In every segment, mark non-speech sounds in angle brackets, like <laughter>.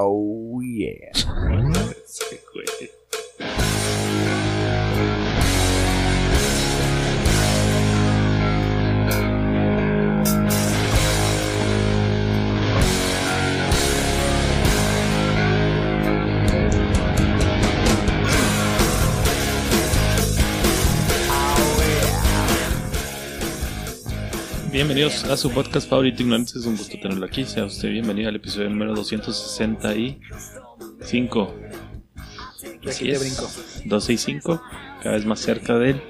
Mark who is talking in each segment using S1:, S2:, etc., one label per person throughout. S1: Oh, yeah.
S2: Sí, güey. Bienvenidos a su podcast favorito Ignorantes. Es un gusto tenerlo aquí. Sea usted bienvenido al episodio número 265.
S3: De
S2: Así
S3: aquí te
S2: es.
S3: brinco.
S2: 265. Cada vez más cerca del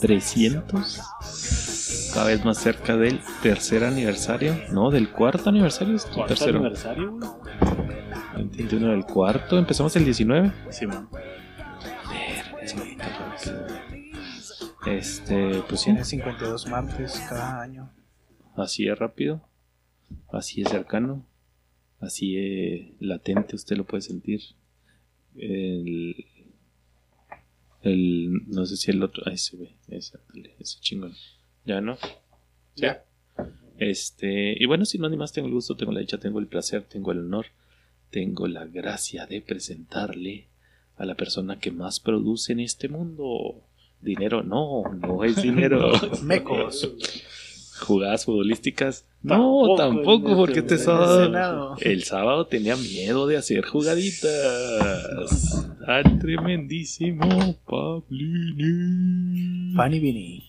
S2: 300. Cada vez más cerca del tercer aniversario. No, del cuarto aniversario. Es tu
S4: ¿Cuarto
S2: tercero.
S4: aniversario, güey?
S2: 21 del cuarto. Empezamos el 19.
S4: Sí, man.
S2: Este, pues sí,
S3: Tiene 52 martes cada año.
S2: así es rápido, así es cercano, así es latente, usted lo puede sentir. El, el- no sé si el otro, ahí se ve, ese, ándale, ese chingón. Ya no.
S4: Ya.
S2: Este, y bueno, si no, ni más tengo el gusto, tengo la dicha, tengo el placer, tengo el honor, tengo la gracia de presentarle a la persona que más produce en este mundo. Dinero, no, no es dinero.
S3: Mecos.
S2: Jugadas futbolísticas. No,
S4: Tampoco,
S2: tampoco,
S4: en
S2: porque
S4: este-
S2: este
S4: en
S3: ese
S2: sábado.
S3: lado.
S2: El sábado tenía miedo de hacer jugaditas. <laughs> Al tremendísimo Pablini.
S3: Fanny Vini.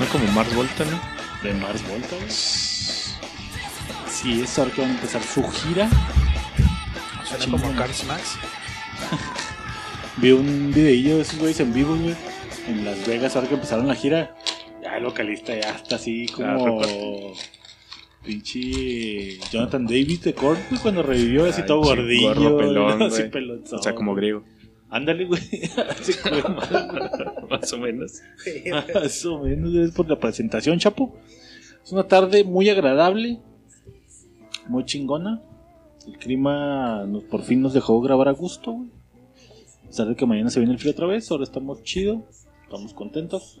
S2: No como Mars Volta, ¿no?
S4: De Mars Volta, güey. Sí, es ahora que van a empezar su gira.
S3: Suena
S4: Chingón.
S3: como Cars Max.
S4: Vi un videillo de esos güeyes en vivo, güey. En Las Vegas, ahora que empezaron la gira. Ya el vocalista ya está así
S2: Ah,
S4: como.
S2: repartido.
S4: pinche Jonathan Davis de Korn, güey, cuando revivió así
S2: Ay,
S4: todo
S2: sí,
S4: gordillo.
S2: gordo, pelón,
S4: güey, <laughs> así
S2: güey.
S4: pelonzón.
S2: O sea, como
S4: <laughs>
S2: griego.
S4: Ándale, güey. Así como-
S2: Más o menos.
S4: <laughs> Más o menos es por la presentación, Chapo. Es una tarde muy agradable, muy chingona. El clima nos, por fin nos dejó grabar a gusto, güey. A pesar de que mañana se viene el frío otra vez, ahora estamos chido, estamos contentos.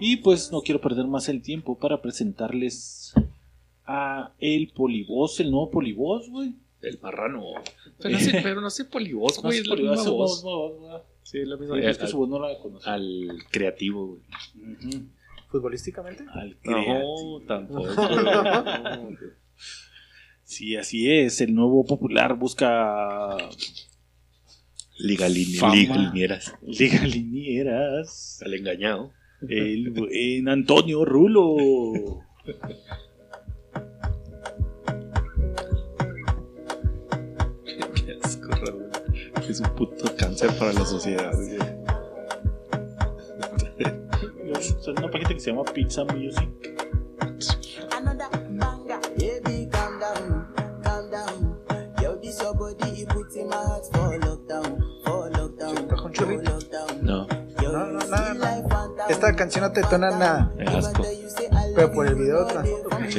S4: Y pues no quiero perder más el tiempo para presentarles a el Polibos, el nuevo Polibos, güey.
S2: El marrano. Pero no
S4: <laughs>
S2: sé, pero no sé polibos,
S4: No
S2: güey.
S4: sé
S2: Es
S4: por
S2: la
S4: qué
S2: misma
S4: su
S2: voz.
S4: voz, ¿verdad?
S2: Sí, es la misma
S4: Sí, es que su
S2: al,
S4: voz no la conozco.
S2: al creativo, güey.
S4: Ujú.
S3: Futbolísticamente.
S4: Al
S2: No, tampoco.
S4: Sí, así es. El nuevo popular busca
S2: <laughs> Liga
S4: Fama.
S2: linieras.
S4: Liga Linieras.
S2: Al engañado.
S4: El buen Antonio Rulo.
S2: Qué asco, Raúl. Es un puto cáncer para la sociedad. güey.
S4: Es una página que se llama Pizza Music.
S5: Another banger. Baby, calm down, calm down. Yo, this your body, it puts in my heart for lockdown, for
S3: ¿Se antoja un
S5: lockdown, for
S3: churrito?
S5: lockdown.
S2: No,
S5: Yo,
S3: No, no,
S5: you
S3: nada,
S5: see
S3: no.
S5: like phantom,
S3: Esta canción no te detona nada.
S2: el asco.
S3: Pero por el video trasfondo,
S2: ¿no? Sí.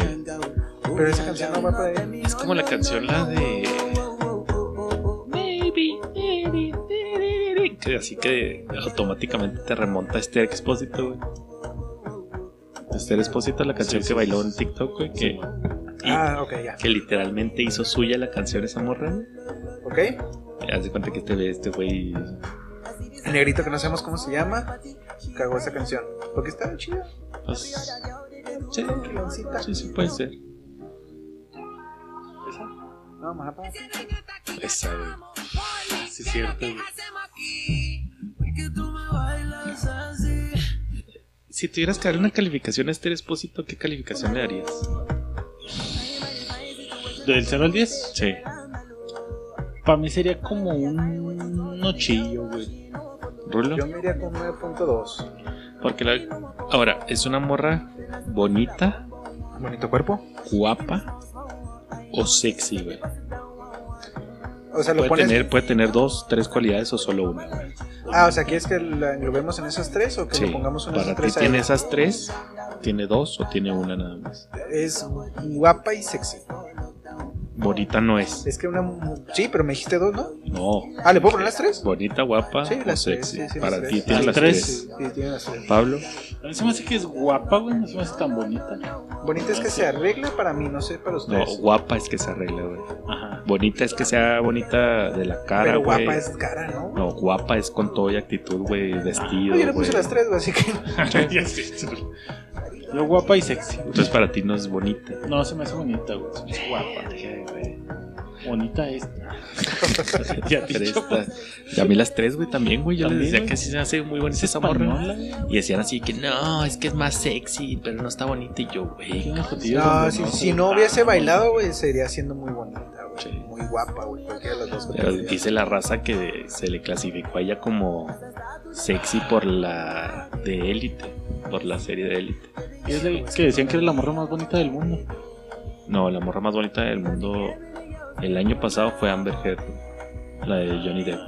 S3: Pero esa canción no va para él.
S2: Es como la canción la de. Baby, baby, baby. Que así que automáticamente te remonta a
S5: este
S2: Esther Expósito, güey. Esther Expósito, la canción
S4: Sí, sí,
S2: que bailó
S4: sí.
S2: en TikTok, güey. Que, y-
S3: Ah, ok, ya.
S2: que literalmente hizo suya la canción esa morra, güey.
S3: ¿Ok?
S2: Haz de cuenta que este güey- este güey
S3: El negrito que no sabemos cómo se llama cagó esa canción. Porque está chida.
S2: Pues, sí,
S3: Tranquiloncita.
S2: sí, sí, puede ser.
S3: No, más para.
S2: Esa, güey.
S4: Sí, es cierto. güey.
S2: Si tuvieras que darle una calificación a este expósito, ¿qué calificación le darías?
S4: Del 0 al 10.
S2: Sí.
S4: Para mí sería como un nochillo, güey.
S3: Yo
S2: ¿Rulo?
S3: me iría con 9.2.
S2: Porque la... Ahora, es una morra bonita,
S3: Bonito cuerpo.
S2: guapa o sexy, güey.
S3: O sea, lo
S2: Puede
S3: pones.
S2: tener, puede tener dos, tres cualidades o solo una, güey.
S3: Ah, o sea, ¿quieres que la englobemos en esas tres o que
S2: Sí,
S3: le pongamos unas
S2: para ti
S3: tres a
S2: tiene
S3: ella?
S2: esas tres, tiene dos o tiene una nada más.
S3: Es guapa y sexy.
S2: Bonita no es.
S3: Es que una. mu- Sí, pero me dijiste dos, ¿no?
S2: No.
S3: Ah, ¿le puedo poner las tres?
S2: Bonita, guapa
S3: Sí,
S2: o
S3: las tres,
S2: sexy.
S3: sí, sí,
S2: para
S3: Ah, las
S2: ti
S3: tres.
S2: tiene
S4: Las
S2: las
S4: tres.
S2: tres.
S3: Sí, sí, tiene las tres.
S2: Pablo,
S4: A mí se me hace que es guapa, güey. No se me hace tan bonita.
S3: Bonita es que se arregla para mí, no sé para
S2: no,
S3: ustedes.
S2: guapa es que se arregla, güey.
S4: Ajá.
S2: Bonita es que sea bonita de la cara,
S3: pero guapa
S2: güey.
S3: es cara, ¿no?
S2: No, guapa es con toda y actitud, güey, vestido,
S3: Oye, yo le puse
S2: güey.
S3: las tres, güey, así que.
S4: <laughs> Ya sé. <laughs> Yo guapa y sexy.
S2: Entonces para ti no es bonita.
S4: No, se me hace bonita, güey. Se me hace guapa. Bonita esta. <laughs> Ya te he
S2: Tres,
S4: dicho, pues.
S2: ta- y a mí las tres, güey, también, güey. Yo les
S4: También,
S2: decía
S4: güey.
S2: que sí se hace muy bonita esa morra.
S4: española, güey.
S2: Y decían así que no, es que es más sexy, pero no está bonita. Y yo, güey.
S4: Tiene unas cotillas
S3: No,
S4: donde
S3: si,
S4: se
S3: si
S4: le
S3: no
S4: da,
S3: hubiese
S4: güey.
S3: bailado, güey, sería siendo muy bonita, güey.
S2: Sí.
S3: Muy guapa, güey. Cualquiera de las dos.
S2: Pero dice la raza que se le clasificó a ella como sexy por la de élite, por la serie de élite.
S4: Y es el que decían que era la morra más bonita del mundo.
S2: No, la morra más bonita del mundo el año pasado fue Amber Heard, la de Johnny Depp.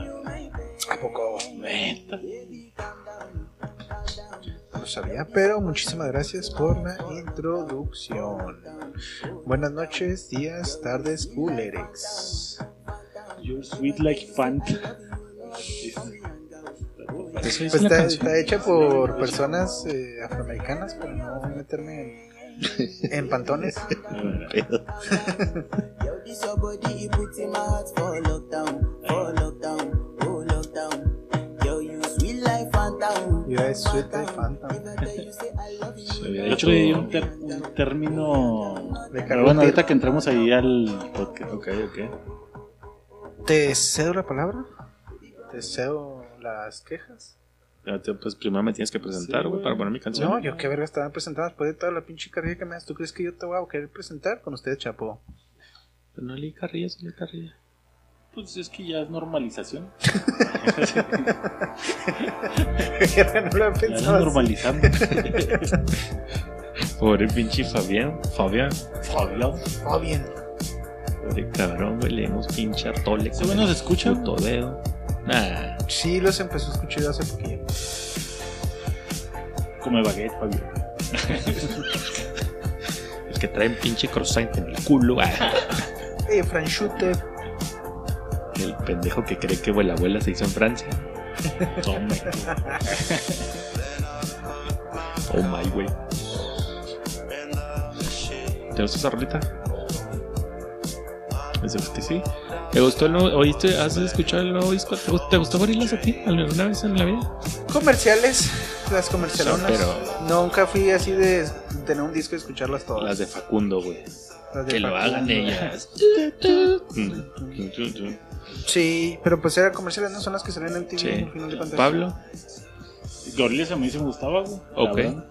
S3: ¿A poco?
S4: Neta.
S3: No lo sabía, pero muchísimas gracias por la introducción. Buenas noches, días, tardes, culerex.
S4: You're sweet like Fanta. Eso
S3: Pues
S4: es la
S3: está,
S4: canción.
S3: está hecha por personas eh, afroamericanas, para no meterme en, en pantones.
S5: Yo, this your body, he put in my heart for lockdown, for lockdown, oh lockdown. Yo, you sweet life, phantom.
S3: Yo es Sweet Life
S5: <laughs>
S3: Phantom.
S5: you say I love
S2: Se
S5: you.
S2: había
S4: El
S2: hecho-
S4: otro día di un, ter- un término.
S3: De
S4: Pero bueno, ahorita que entremos ahí al podcast.
S2: Ok, ok.
S3: ¿Te cedo la palabra? ¿Te cedo las quejas?
S2: Ya te- Pues primero me tienes que presentar,
S4: Sí,
S2: güey,
S4: güey.
S2: para poner mi canción.
S3: No, yo qué verga estaba presentada después de toda la pinche carrera que me das. ¿Tú crees que yo te voy a querer presentar con ustedes, Chapo? <laughs>
S2: Pero no leí carrilla, sí leí carrilla.
S4: Pues es que ya
S3: <laughs>
S4: es normalización.
S3: no lo he
S4: Ya es
S3: pensado. así. <laughs>
S4: normalizando.
S2: Pobre pinche Fabián, Fabián.
S4: Fabián.
S3: Oh, bien.
S2: Pobre cabrón, güey, le hemos pinche atole
S4: ¿Ese
S2: con
S4: güey nos
S2: el
S4: escucha?
S2: puto dedo. Nah,
S3: Sí, los empezó a escuchar hace poquillo.
S4: Come baguette, Fabián.
S2: el que trae un pinche croissant en el culo. ah.
S3: Eh, Fran Shooter.
S2: El pendejo que cree que güey, la abuela se hizo en Francia.
S4: Toma, tú.
S2: Oh my, güey. ¿Te gusta esa rolita? Me dice que sí. ¿Te gustó el nuevo, oíste, has escuchado el nuevo disco? ¿Te, gust- te gustó Gorillaz a ti alguna vez en la vida?
S3: Comerciales, las comercialonas.
S2: Pero-
S3: Nunca fui así de tener un disco y escucharlas todas.
S2: Las de Facundo, güey.
S3: Las de
S2: Que lo
S3: Facundo.
S2: hagan ellas.
S3: Sí, pero pues eran comerciales, no son las que salen en TV
S2: Sí.
S3: al final de cuentas.
S2: Pablo,
S4: Gorillaz a mí se me gustaba, güey. la
S2: Ok.
S4: verdad.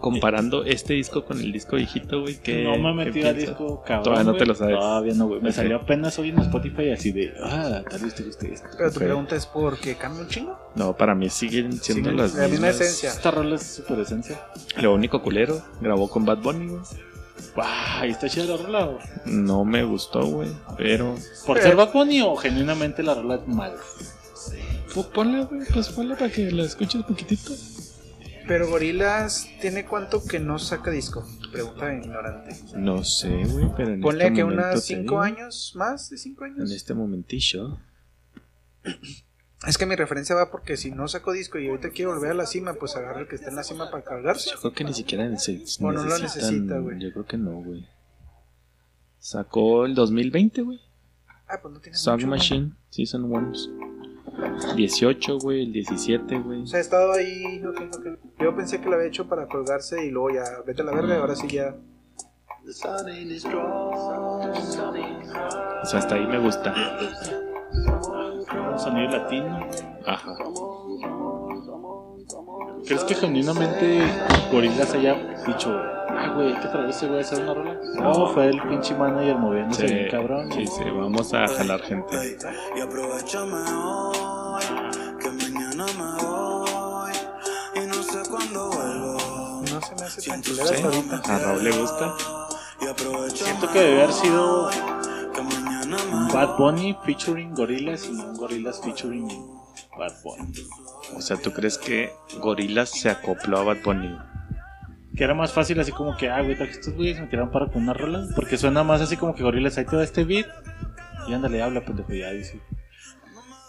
S2: comparando este disco con el disco viejito, güey, que
S4: no me metí al disco, cabrón.
S2: Todavía no te
S4: güey.
S2: lo sabes.
S4: Todavía no, güey. Me
S2: Ok.
S4: salió apenas hoy en Spotify así de, ah, tal vez te guste esto.
S3: Pero tu
S2: Ok.
S3: pregunta es por qué cambia un chingo.
S2: No, para mí siguen siendo
S3: Siguen
S2: las
S3: la misma
S2: mismas.
S3: esencia.
S4: Esta rola es super esencia.
S2: Lo único culero, grabó con Bad Bunny, güey.
S4: Wow, está chida la rola, güey.
S2: No me gustó, güey, pero
S4: ¿Por
S3: Eh.
S4: ser Bad Bunny o genuinamente la rola es mala?
S2: Pues ponla, güey, pues ponla para que la escuches poquitito.
S3: Pero Gorilas tiene cuánto que no saca disco. Pregunta de ignorante.
S2: No sé, güey, pero en
S3: Ponle
S2: este
S3: que
S2: momento
S3: unas
S2: te
S3: 5
S2: digo,
S3: años, más de 5
S2: En
S3: años.
S2: este momentillo.
S3: Es que mi referencia va porque si no saco disco y ahorita quiero volver a la cima, pues agarra el que está en la cima para cargarse.
S2: Yo creo que ni siquiera neces-
S3: O no lo
S2: necesitan-
S3: necesita, güey.
S2: Yo creo que no, güey. Sacó el 2020, güey.
S3: Ah, pues no tiene
S2: Song
S3: mucho, ¿no?
S2: Machine, Season 1. 18, güey, el 17, güey.
S3: O sea, he estado ahí. ok, ok. Yo pensé que lo había hecho para colgarse y luego ya, vete a la verga, y ahora sí ya.
S2: O sea, hasta ahí me gusta.
S4: Un sonido latino.
S2: Ajá.
S4: ¿Crees que genuinamente Gorillaz haya dicho, ah, güey, hay que traer ese güey a hacer una rola? No, fue el pinche manager moviéndose bien cabrón.
S2: sí, sí, vamos a jalar gente.
S5: Y aprovechame hoy, que mañana me voy. Y no sé cuándo vuelvo.
S3: No se me hace tan
S2: pues
S3: culera hasta ahorita.
S2: A Raúl le gusta.
S5: Y aprovechame
S4: Siento que debe haber sido
S5: que mañana
S4: un Bad Bunny featuring Gorillaz y no un Gorillaz featuring Bad Bunny.
S2: O sea, ¿tú crees que Gorilas se acopló a Bad Bunny?
S4: Que era más fácil así como que, ah, güey, traje estos güeyes, me tiraron para con una rola. Porque suena más así como que gorilas, ahí te da este beat. Y ándale, habla, pendejo, ya dice.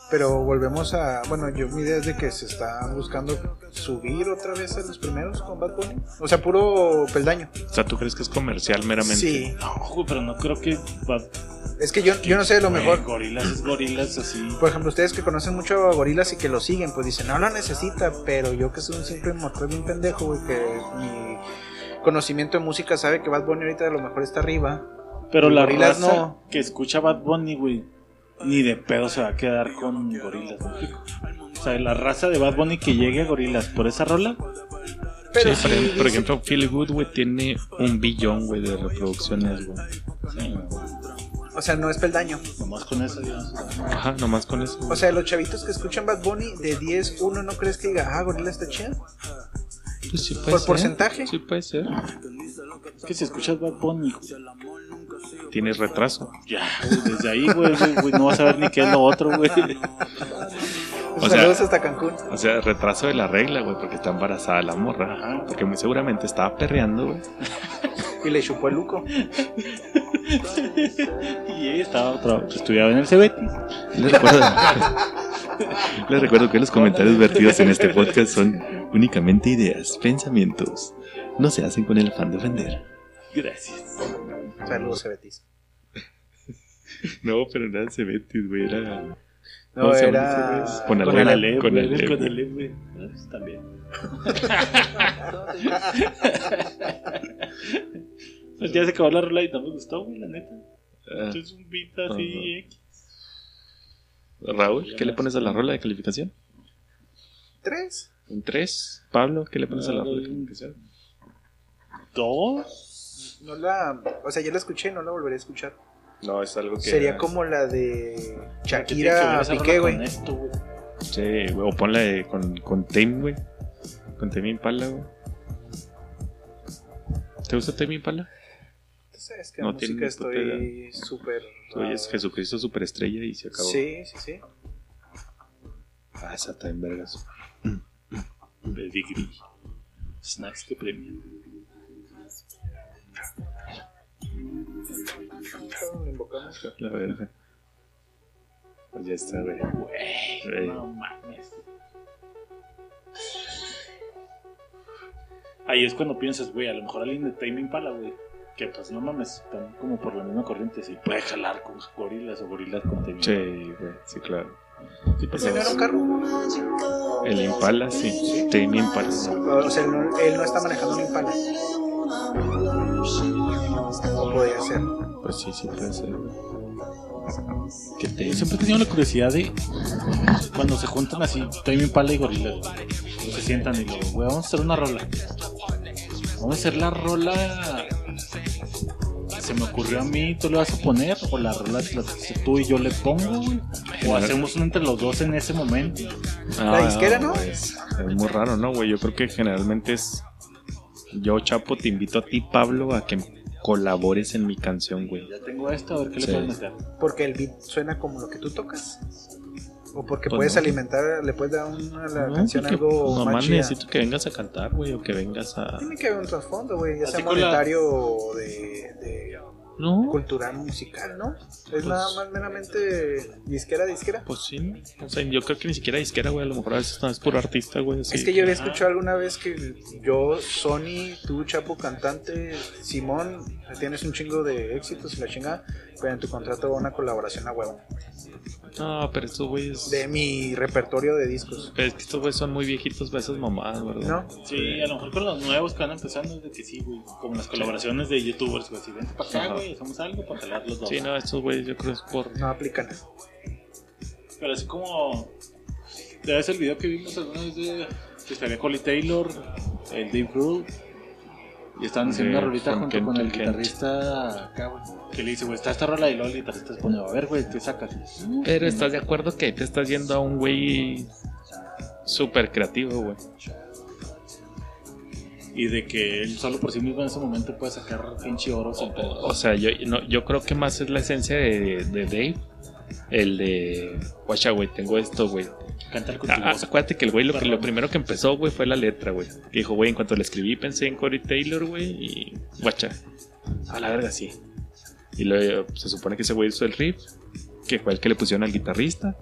S3: Pero volvemos a. Bueno, yo mi idea es de que se está buscando subir otra vez a los primeros con Bad Bunny. O sea, puro peldaño.
S2: O sea, ¿tú crees que es comercial meramente?
S3: Sí.
S4: No, güey, pero no creo que. Bad-
S3: Es que yo, yo no sé lo
S4: güey,
S3: mejor.
S4: Gorilas es gorilas así.
S3: Por ejemplo, ustedes que conocen mucho a gorilas y que lo siguen, pues dicen, no lo necesita, pero yo que soy un simple mortal bien pendejo, güey, que mi conocimiento de música sabe que Bad Bunny ahorita a lo mejor está arriba.
S4: Pero la
S3: Gorilas
S4: raza
S3: no.
S4: que escucha Bad Bunny, güey, ni de pedo se va a quedar con Gorilas. güey. O sea, la raza de Bad Bunny que llegue a Gorilas por esa rola,
S3: Pero
S2: Sí, por,
S3: sí,
S2: ej- por
S3: dice-
S2: ejemplo, Feel Good, güey, tiene un billón, güey, de reproducciones, güey.
S3: o sea, no es peldaño.
S4: nomás con eso ya.
S2: Ajá, nomás con eso. güey.
S3: O sea, los chavitos que escuchan Bad Bunny, de 10, uno no crees que diga, ah, gorila está chida.
S2: Pues sí puede
S3: por
S2: ser,
S3: porcentaje.
S2: Sí puede ser.
S4: Es que si escuchas Bad Bunny, güey,
S2: Tiene retraso.
S4: ya, güey, desde ahí, güey, güey, güey, no vas a ver ni qué es lo otro, güey. <laughs>
S2: O sea-
S3: Saludos hasta Cancún.
S2: O sea, retraso de la regla, güey, porque está embarazada la morra.
S4: Ajá.
S2: Porque muy seguramente estaba perreando, güey.
S3: Y le chupó el luco.
S4: Y ella estaba otra, estudiaba en el Cebetis.
S2: Les recuerdo, <laughs> les recuerdo que los comentarios vertidos en este podcast son únicamente ideas, pensamientos. No se hacen con el afán de ofender.
S4: Gracias.
S3: Saludos, Cebetis.
S2: No, pero nada se Betis, güey. Era.
S3: No,
S2: ¿cómo se llama
S3: era...
S2: ese, güey?
S3: con
S4: Con
S2: Con
S3: Ale.
S4: Alep,
S2: con
S4: güey,
S2: Alep,
S4: con
S2: güey.
S4: Alep, güey. Ah, pues, También. Pues ya se acabó la rola y no me gustó, güey, la neta.
S2: Ah,
S4: Esto es un beat así. X.
S2: Raúl, ¿qué le pones a la rola de calificación?
S3: ¿Tres?
S2: Un 3. Pablo, ¿qué le pones a la rola de calificación?
S4: ¿Dos?
S3: No la... O sea, ya la escuché, no la volveré a escuchar.
S2: No, es algo
S3: Sería como la de
S4: Que tiene que subir
S3: Shakira
S4: esa rola
S3: Piqué,
S4: con E.
S3: güey.
S4: esto, güey.
S2: Sí, güey, o ponla de- con, con Tame, güey. Con Tame Impala, güey. ¿Te gusta Tame Impala?
S3: Tú sabes Pues que
S2: No
S3: la
S2: tiene
S3: música
S2: ni puta
S3: estoy súper... ah,
S2: Tú oyes Jesucristo Superestrella y se acabó.
S3: Sí, sí, sí.
S2: Ah, esa está en vergas.
S4: Pedigree. Snacks que premian.
S3: Lo invocamos.
S2: La verga. Pues ya está, güey.
S4: Güey,
S2: Güey.
S4: no mames. Ahí es cuando piensas, güey, a lo mejor alguien de Tame Impala, güey. Que pues no mames, están como por la misma corriente. Si puede jalar con gorilas o gorilas con Tame
S2: Sí,
S4: Impala.
S2: güey, sí, claro.
S4: Sí, pues,
S3: Ese no era un carro.
S2: El Impala, sí. Tame Impala. no.
S3: O sea, él no, él no está manejando un impala. O podría ser.
S2: Pues sí, sí puede ser, güey. ¿Qué
S4: Yo
S2: te
S4: siempre he tenido la curiosidad de cuando se juntan así, Tame Impala y Gorillaz, güey, y se sientan y luego, güey, vamos a hacer una rola. Vamos a hacer la rola que se me ocurrió a mí, tú le vas a poner, o la rola que la que tú y yo le pongo, güey, o hacemos una entre los dos en ese momento.
S3: La disquera, ¿no?
S2: pues, es muy raro, ¿no, güey? Yo creo que generalmente es. Yo, Chapo, te invito a ti, Pablo, a que colabores en mi canción, güey.
S4: Ya tengo esto, a ver qué
S2: Sí.
S4: le puedes meter.
S3: Porque el beat suena como lo que tú tocas. O porque
S2: Pues
S3: puedes
S2: no.
S3: alimentar, le puedes dar una, a la
S2: No,
S3: canción
S2: porque,
S3: algo
S2: pues,
S3: más
S2: nomás
S3: chida.
S2: necesito que vengas a cantar, güey, o que vengas a.
S3: Tiene que haber un trasfondo, güey, ya
S4: Así
S3: sea
S4: con la-
S3: monetario o de, de
S2: No,
S3: cultural musical, ¿no? Es nada más meramente disquera, disquera.
S2: pues sí. O sea, yo creo que ni siquiera disquera, güey. A lo mejor a veces no es puro artista, güey. así
S3: Es que yo había
S4: Ajá.
S3: escuchado alguna vez que yo, Sony, tú, Chapo, cantante, Simón, tienes un chingo de éxitos y la chingada, pero en tu contrato va una colaboración a huevo.
S2: ah, No, pero estos güeyes.
S3: De mi repertorio de discos.
S2: Pero es que estos güeyes son muy viejitos para esas mamadas, ¿verdad?
S3: No.
S4: Sí, a lo mejor con los nuevos que van empezando, es de que sí, güey, como las colaboraciones de youtubers, güey, si vente para acá,
S2: Ajá.
S4: güey, hacemos algo para jalar los dos.
S2: Sí, no, estos güeyes yo creo es por.
S3: No aplican.
S4: Pero así como. Ya ves el video que vimos alguna vez de. Que estaría Holly Taylor, el Dave Grohl. Y estaban haciendo
S2: Sí,
S4: una rolita
S2: con
S4: junto
S2: Kent-
S4: con el
S2: Kent.
S4: guitarrista acá, güey. Que le dice, güey, está esta rola y luego el guitarrista se pone, a ver, güey, ¿qué sacas?
S2: Pero estás de acuerdo que te estás yendo a un güey súper creativo, güey.
S4: Y de que él solo por sí mismo en ese momento puede sacar pinche oro sin pedo.
S2: O sea, yo, no, yo creo que más es la esencia de, de Dave El de Guacha, güey, tengo esto, güey.
S4: Cantar con tu
S2: Ah, ah,
S4: voz.
S2: acuérdate que el güey lo, que- lo primero que empezó, güey, fue la letra, güey. Que dijo, güey, en cuanto la escribí pensé en Corey Taylor, güey, y guacha. A la verga, sí. Y luego se supone que ese güey hizo el riff, que fue el que le pusieron al guitarrista.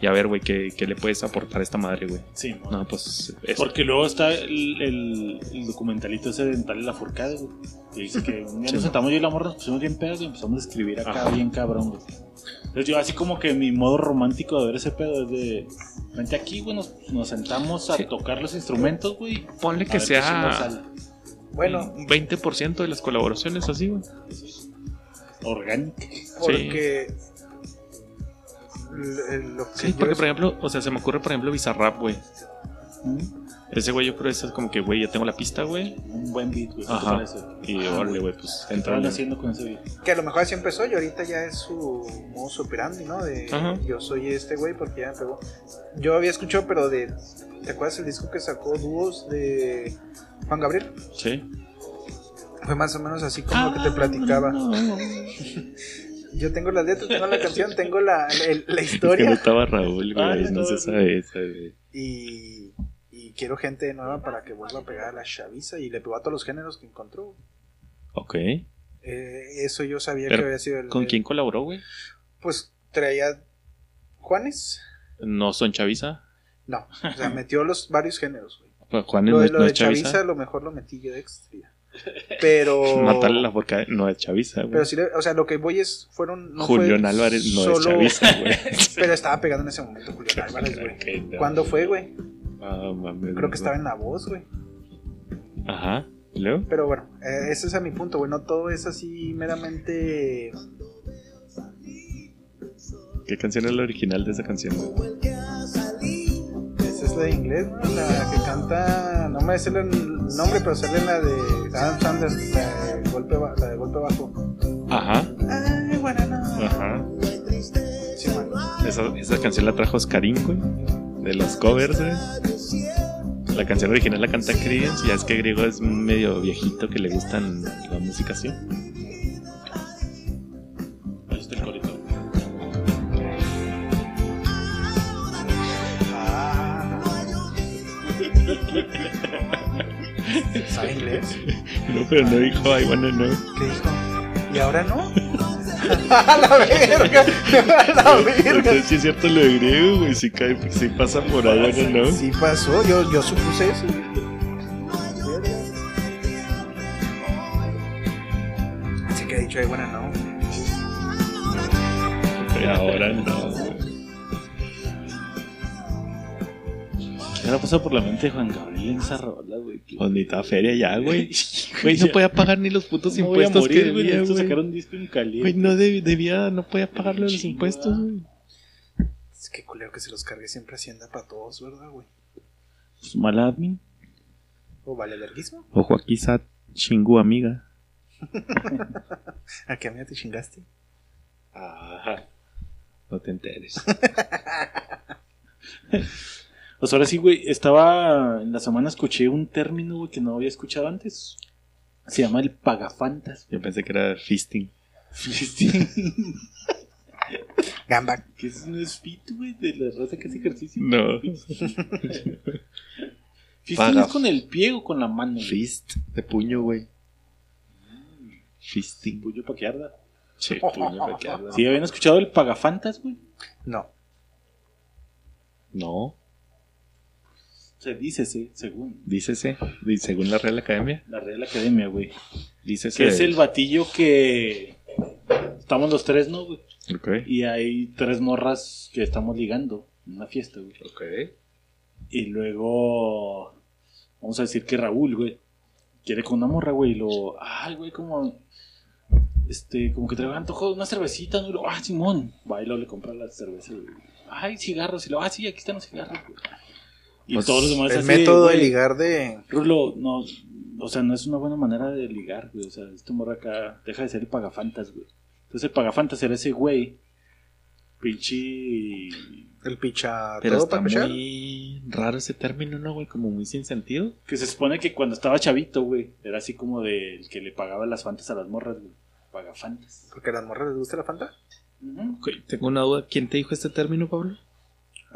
S2: Y a ver, güey, ¿qué, qué le puedes aportar a esta madre, güey?
S4: Sí, mo.
S2: ah, No, pues es
S4: Porque luego está el, el- el documentalito ese de Natalia Lafourcade, güey. Que dice que un día
S2: Sí,
S4: nos
S2: no.
S4: sentamos yo y la morra, nos pusimos bien pedos y empezamos a escribir acá
S2: Ajá.
S4: bien cabrón, güey. Entonces yo así como que mi modo romántico de ver ese pedo es de... Vente aquí, güey, nos, nos sentamos a
S2: Sí.
S4: tocar los instrumentos, güey.
S2: Ponle
S4: a
S2: que
S4: ver qué chingos
S2: sea
S4: sale.
S3: Bueno,
S2: un 20% de las colaboraciones así, güey.
S4: Orgánico.
S3: porque. l- el- Lo que
S2: Sí,
S3: yo
S2: porque
S3: es-
S2: por ejemplo, o sea, se me ocurre, por ejemplo, Bizarrap, güey. Ese güey yo creo que es como que, güey, ya tengo la pista, güey.
S4: Mm, Un buen beat, güey. ¿qué te
S2: Ajá.
S4: parece?
S2: Y
S4: Ah,
S2: órale, güey, pues
S4: ¿Qué estaban
S2: entrale.
S4: haciendo con ese beat?
S3: que a lo mejor así empezó y ahorita ya es su modus operandi, ¿no? De
S2: Ajá.
S3: yo soy este güey porque ya me pegó. Yo había escuchado, pero de. ¿Te acuerdas el disco que sacó dúos de Juan Gabriel?
S2: Sí.
S3: Fue más o menos así
S2: Ah,
S3: como lo que te platicaba. <laughs> Yo tengo las letras, tengo la canción, tengo la, el- la
S2: Es que no
S3: historia.
S2: estaba Raúl, güey.
S4: Ah, no
S2: no se
S4: estaba-
S2: sabe esa, güey.
S3: Y, y quiero gente nueva para que vuelva a pegar a la chaviza y le pegó a todos los géneros que encontró.
S2: Ok.
S3: Eh, eso yo sabía
S2: Pero,
S3: que había sido el.
S2: ¿Con
S3: el-
S2: quién colaboró, güey?
S3: Pues traía. Juanes.
S2: No son Chavisa.
S3: No, o
S2: <laughs>
S3: sea, metió los varios géneros, güey.
S2: Pues Juanes
S3: Lo
S2: no,
S3: de,
S2: es-
S3: lo
S2: no
S3: de
S2: es Chavisa. Pues,
S3: Chavisa, lo mejor lo metí yo de extra.
S2: <laughs>
S3: Pero.
S2: Matarle la forca no es Chavisa, güey.
S3: Pero sí, le- o sea, lo que voy es. Fueron. No
S2: Julián
S3: fue
S2: Álvarez no
S3: solo-
S2: es Chavisa, güey.
S3: <laughs> Pero estaba pegando en ese momento Julián Álvarez, güey.
S2: <laughs> Qué no.
S3: ¿Cuándo fue, güey?
S2: Ah, mames,
S3: Creo que estaba
S2: güey.
S3: en la voz, güey.
S2: Ajá. ¿Y luego?
S3: Pero bueno, eh, ese es a mi punto, güey. No todo es así meramente.
S2: ¿Qué canción es la original de esa canción, güey?
S3: Esa pues, es la de inglés, ¿no? La que canta. No me sé el nombre, pero sale la de Adam Sanders, la de golpe, ba- la de golpe bajo.
S2: Ajá.
S3: Ay, bueno, no.
S2: Ajá.
S3: Sí, man.
S2: Esa, esa canción la trajo Oscarín, güey. De los covers, güey.
S3: eh.
S2: La canción original la canta Creedence. Ya es que Griego es medio viejito que le gustan la música así. <laughs>
S4: Ahí está el corito.
S3: Ah. ¿Sabe
S2: <laughs>
S3: inglés?
S2: No, pero no dijo, ay, bueno, no.
S3: ¿Qué dijo? ¿Y ahora
S2: <laughs>
S3: no? ¡A la verga! ¡A
S4: Ah,
S3: la
S2: <laughs> Eh,
S3: verga!
S2: Entonces sí es cierto lo de griego, güey. Si, cae, si pasa por ahí, bueno, no.
S3: Sí pasó, yo, yo supuse eso. Así que ha dicho, ay, bueno, no.
S2: Pero ahora no, güey.
S4: ¿Qué habrá pasado por la mente de Juan Gabriel en esa rola, güey? Que-
S2: Pues necesitaba feria ya,
S4: <laughs>
S2: güey. Güey,
S4: Ya.
S2: no podía pagar ni los putos
S4: ¿Cómo voy a
S2: impuestos
S4: morir,
S2: que
S4: güey?
S2: debía,
S4: Necesito
S2: güey.
S4: sacar un disco en caliente.
S2: Güey, no deb- debía, no podía pagarle los
S4: Chingada.
S2: impuestos, güey.
S3: Es que culero que se los cargue siempre Hacienda para todos, ¿verdad, güey?
S4: Pues, mal admin.
S3: ¿O vale verguismo?
S2: Ojo aquí, Sat chingú amiga.
S3: ¿A qué amiga te chingaste?
S2: Ajá. No te enteres.
S4: Pues ahora sí, güey, estaba en la semana escuché un término, güey, que no había escuchado antes. Se llama
S2: <laughs>
S4: el pagafantas.
S2: Yo pensé que era fisting.
S3: Gamba.
S4: que es un fit, güey, de la raza que hace ejercicio.
S2: No.
S4: Fisting
S2: Paga-
S4: es con el pie o con la mano. güey?
S2: Fist, de puño, güey. Fisting.
S4: Puyo Pues pa' que arda.
S2: Che, puño, me queda.
S4: Sí, habían escuchado el pagafantas, güey.
S3: No.
S2: No,
S4: Se dice, sí, según
S2: dícese, di- según la Real Academia,
S4: la Real Academia, güey.
S2: dícese.
S4: Que es el batillo que estamos los tres, ¿no, güey?
S2: Ok,
S4: Y hay tres morras que estamos ligando en una fiesta, güey.
S2: ok.
S4: Y luego, vamos a decir que Raúl, güey, quiere con una morra, güey, y lo, ay, güey, como, este, como que trae antojo de una cervecita, ¿no? Y lo, ah, Simón, va y luego le compra la cerveza, güey. Ay, cigarros, y lo, ah, sí, aquí están los cigarros, güey. Y
S2: Pues,
S4: todos los demás
S3: El
S4: así,
S3: método de
S4: güey,
S3: ligar de.
S4: Rulo, no, o sea, no es una buena manera de ligar, güey. O sea, este morra acá deja de ser el pagafantas, güey. Entonces el pagafantas era ese güey, pinche...
S3: El picha.
S2: Pero
S3: todo
S2: está
S3: para pichar.
S2: muy raro ese término, ¿no, güey? Como muy sin sentido.
S4: Que se supone que cuando estaba chavito, güey, era así como del que le pagaba las fantas a las morras, güey. Pagafantas.
S3: Porque a las morras les gusta la fanta.
S2: Ok, tengo una duda. ¿Quién te dijo este término, Pablo?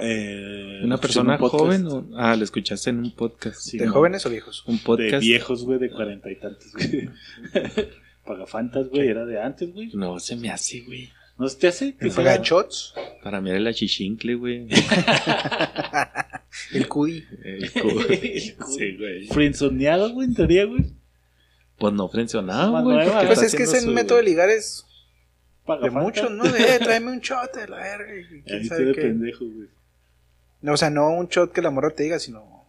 S4: Eh,
S2: ¿Una
S4: escuché
S2: persona
S4: un podcast
S2: joven? o- Ah, lo escuchaste en un podcast.
S4: Sí,
S3: ¿De
S4: no,
S3: jóvenes o viejos?
S2: Un
S4: De
S2: podcast.
S4: viejos, güey, de cuarenta y
S2: <laughs>
S4: tantos, güey. Pagafantas, güey, era de antes, güey.
S2: No, se me hace, güey.
S4: ¿No se te hace? Que sea- <laughs>
S3: Gachots,
S2: Para mí era el achichincle, güey.
S3: el cudi.
S2: El cu-
S4: Sí,
S2: sí, güey.
S4: Frenzoneado, güey, en teoría, güey.
S2: Pues no frencionado,
S4: Manuel,
S2: güey. porque
S4: ¿qué
S3: Pues
S2: está
S3: es que
S2: haciendo
S3: ese
S2: su-
S3: método de ligar es de
S4: Pagafantas.
S3: muchos, ¿no? De, eh, tráeme un shot de la verga. y quién
S4: Ahí
S3: sabe
S4: te de
S3: qué.
S4: pendejo, güey.
S3: No, o sea, no un shot que la morra te diga, sino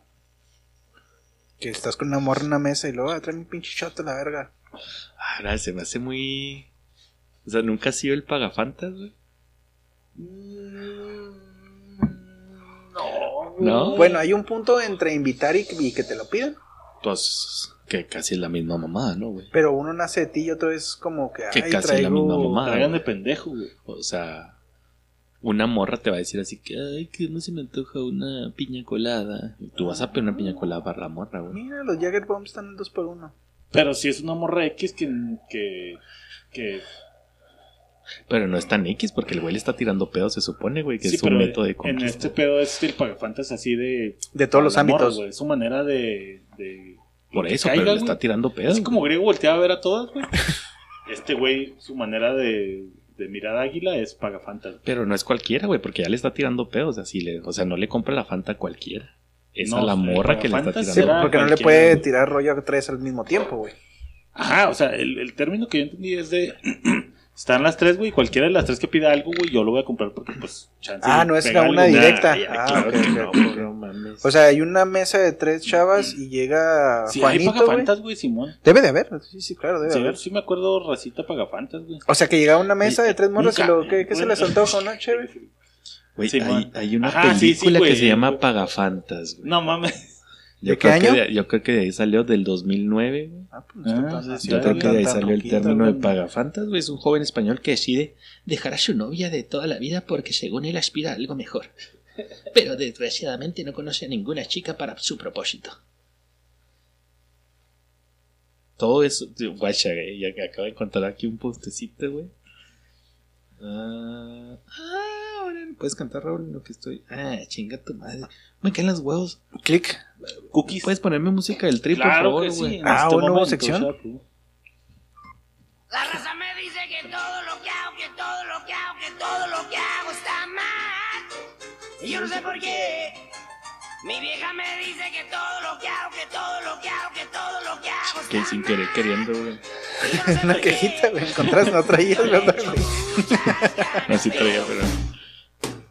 S3: que estás con una morra en una mesa y luego, ah, tráeme un pinche shot de la verga.
S2: Ahora Ah, se me hace muy. O sea, nunca ha sido el pagafantas, güey.
S4: No,
S2: No.
S3: Bueno, hay un punto entre invitar y, y que te lo pidan,
S2: Entonces, que casi es la misma mamá, ¿no, güey?
S3: pero uno nace de ti y otro es como que,
S2: Que
S3: ay,
S2: casi
S3: traigo...
S2: la misma mamá.
S4: Traigan de pendejo, güey.
S2: O sea, una morra te va a decir así que, ay, que no se me antoja una piña colada. Y tú vas a pedir una piña colada para la morra, güey.
S3: Mira, los Jagger Bombs están en 2x1.
S4: Pero si es una morra X que, que, que
S2: Pero no es tan X porque el güey le está tirando pedo, se supone, güey, que
S4: Sí,
S2: es un
S4: pero
S2: método de
S4: En
S2: conquista.
S4: este pedo es el pagafantas así de.
S3: De todos los
S4: al amor,
S3: ámbitos.
S4: Ah, güey, Es su manera de. de-
S2: Por
S4: que
S2: eso,
S4: caiga,
S2: pero le
S4: güey.
S2: está tirando pedo.
S4: Así como griego volteaba a ver a todas, güey. <laughs> Este güey, su manera de, de mirar águila es pagafantas.
S2: Pero no es cualquiera, güey, porque ya le está tirando pedos. O sea, si le, o sea no le compra la Fanta a cualquiera. Es a
S4: No,
S2: la
S4: el
S2: morra que le está tirando.
S4: Pagafantas
S3: Sí,
S4: será-
S2: pedos.
S3: porque no le
S4: cualquiera,
S3: puede
S4: güey.
S3: tirar rollo a tres al mismo tiempo, güey.
S4: Ajá, o sea, el, el término que yo entendí es de. <clears throat> Están las tres, güey. Cualquiera de las tres que pida algo, güey, yo lo voy a comprar porque, pues, chance.
S3: Ah,
S4: le
S3: no es
S4: pega
S3: la una
S4: alguna-
S3: directa.
S4: Ay, ay,
S3: Ah,
S4: claro
S3: ok,
S4: que
S3: ok,
S4: no,
S3: ok.
S4: güey.
S2: No mames.
S3: O sea, hay una mesa de tres chavas y llega
S4: Sí, hay
S3: Juanito, güey.
S4: pagafantas, güey, Simón.
S3: Debe de haber, sí, sí, claro, debe
S4: Sí,
S3: de haber.
S4: sí me acuerdo, racita pagafantas, güey.
S3: O sea, que llegaba una mesa de tres morras y
S4: Nunca.
S3: luego, ¿qué, qué se les antoja, no, chévere?
S2: Güey,
S4: Sí,
S2: hay,
S4: man.
S2: hay una
S4: Ajá, sí, sí,
S2: película
S4: güey.
S2: que se llama Pagafantas, güey.
S4: <laughs> No mames.
S2: Yo
S3: ¿De qué
S2: creo que
S3: año?
S2: de- yo creo que de ahí salió del 2009, güey.
S3: Ah, pues no está
S4: Ah,
S3: tan-
S4: sí,
S2: Yo
S4: Ya,
S2: creo
S4: ya,
S2: que de ahí
S3: tan
S2: salió el
S3: poquito,
S2: término de
S3: güey.
S2: pagafantas, güey. Es un joven español que decide dejar a su novia de toda la vida porque según él aspira a algo mejor. Pero desgraciadamente no conoce a ninguna chica para su propósito. Todo eso, tío, guacha, güey. Ya que acabo de encontrar aquí un postecito, güey. Ah, ah, ahora no puedes cantar, Raúl, en lo que estoy. Ah, chinga tu madre. Me caen los huevos.
S3: <laughs> Clic.
S4: Cookies.
S2: ¿Puedes ponerme música del trip,
S4: claro
S2: por
S4: que
S2: favor, güey?
S4: sí. en
S3: Ah,
S4: este
S3: ¿hoy no hubo
S4: momento,
S3: sección?
S4: o
S2: <laughs>
S4: sea, tú-
S1: La raza me dice que todo lo que hago, que todo lo que hago, que todo lo que hago está mal. Y yo no sé por qué. Mi vieja me dice que todo lo que hago, que todo lo que hago, que todo lo que hago está
S2: Que
S1: mal.
S2: sin querer queriendo, güey.
S1: Y yo no sé
S3: <laughs> Una
S1: por qué.
S3: quejita, güey. Encontraste, no traías, ¿verdad, güey?
S2: No, sí traía, pero.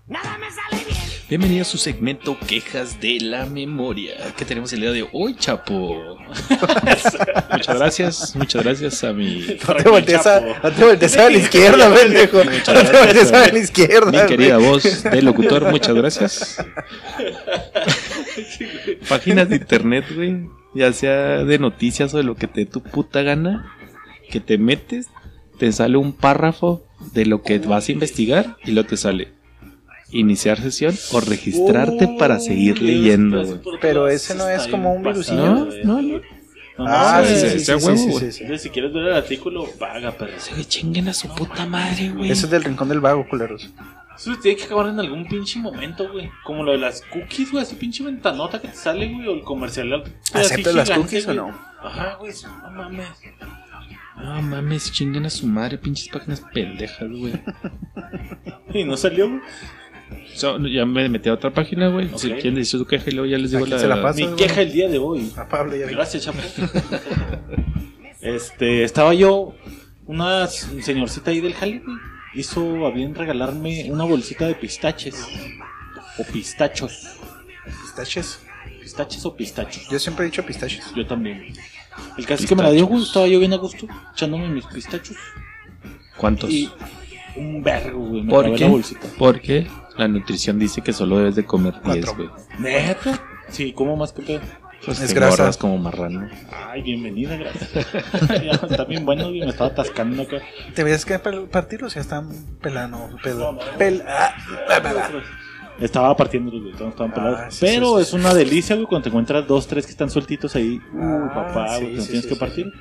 S1: Nada me sale bien.
S2: Bienvenido a su segmento Quejas de la Memoria. que tenemos el día de hoy, Chapo? <laughs> muchas gracias, muchas gracias a mi,
S3: No te voltees a, no te voltees a la izquierda, pendejo. No
S2: Muchas
S3: te voltees a
S2: gracias,
S3: la izquierda,
S2: mi
S3: güey.
S2: querida voz de locutor, muchas gracias. Páginas de internet, güey, ya sea de noticias o de lo que te dé tu puta gana, que te metes, te sale un párrafo de lo que vas a investigar y lo te sale. Iniciar sesión o registrarte
S3: Oh,
S2: para seguir
S4: Uy,
S2: leyendo,
S4: es-
S2: güey.
S3: Pero ese no es
S4: está
S3: como
S4: bien
S3: un
S4: pasado,
S2: ¿No?
S4: güey.
S2: No, no.
S4: No,
S3: Ah,
S4: no,
S2: sí,
S4: ese-
S3: sí,
S2: sí,
S3: sí,
S2: ese
S3: sí,
S2: huevo,
S3: sí,
S2: güey.
S3: sí, sí.
S4: ese, Si quieres ver el artículo, paga, pero
S2: Se güey chinguen a su puta madre, güey.
S3: Eso es del rincón del vago, culeros.
S4: Eso se tiene que acabar en algún pinche momento, güey. Como lo de las cookies, güey. Esa pinche ventanota que te sale, güey. O el comercial. así
S3: ¿Aceptas las
S4: gigante,
S3: cookies o
S4: güey.
S3: no?
S4: Ajá, güey. eso, No mames.
S2: No mames, chinguen a su madre, pinches páginas pendejas, güey.
S4: Y no salió, güey.
S2: So, ya me metí a otra página, güey. Si
S4: Ok.
S2: quieren decir su queja y luego ya les digo
S3: Aquí se la paso.
S4: Mi queja el día de hoy.
S3: A Pablo ya vi.
S4: Gracias, chapo. este, estaba yo, una s- señorcita ahí del jale, güey, hizo a bien regalarme una bolsita de pistaches. O pistachos.
S3: Pistaches.
S4: Pistaches o pistachos.
S3: Yo siempre he dicho pistaches.
S4: Yo también. El caso es que me la dio, güey, estaba yo bien a gusto, echándome mis pistachos.
S2: ¿Cuántos?
S4: Y un vergo, güey, me
S2: ¿Por
S4: acabé
S2: qué?
S4: la bolsita.
S2: Porque la nutrición dice que solo debes de comer 10,
S3: Cuatro.
S2: güey.
S4: ¿Neta? Sí, como más que pedo.
S2: Pues
S3: Es
S2: te
S3: grasa.
S2: engordas como marrano.
S4: Ay, bienvenida, gracias.
S2: <laughs>
S4: Ya, Está bien bueno, güey, me estaba atascando acá.
S3: Te veías que pel- partirlos ya están pelando.
S4: No,
S3: Pedo.
S4: no.
S3: Pel. ah, ah, ah,
S4: Estaba partiendo los güey, todos estaban
S3: Ah,
S4: pelados.
S3: sí,
S4: Pero
S3: sí, sí,
S4: es una delicia, güey, cuando te encuentras dos, tres que están sueltitos ahí. Uh,
S3: Ah,
S4: papá,
S3: sí,
S4: güey, te los
S3: sí,
S4: tienes
S3: sí,
S4: que
S3: sí.
S4: partir.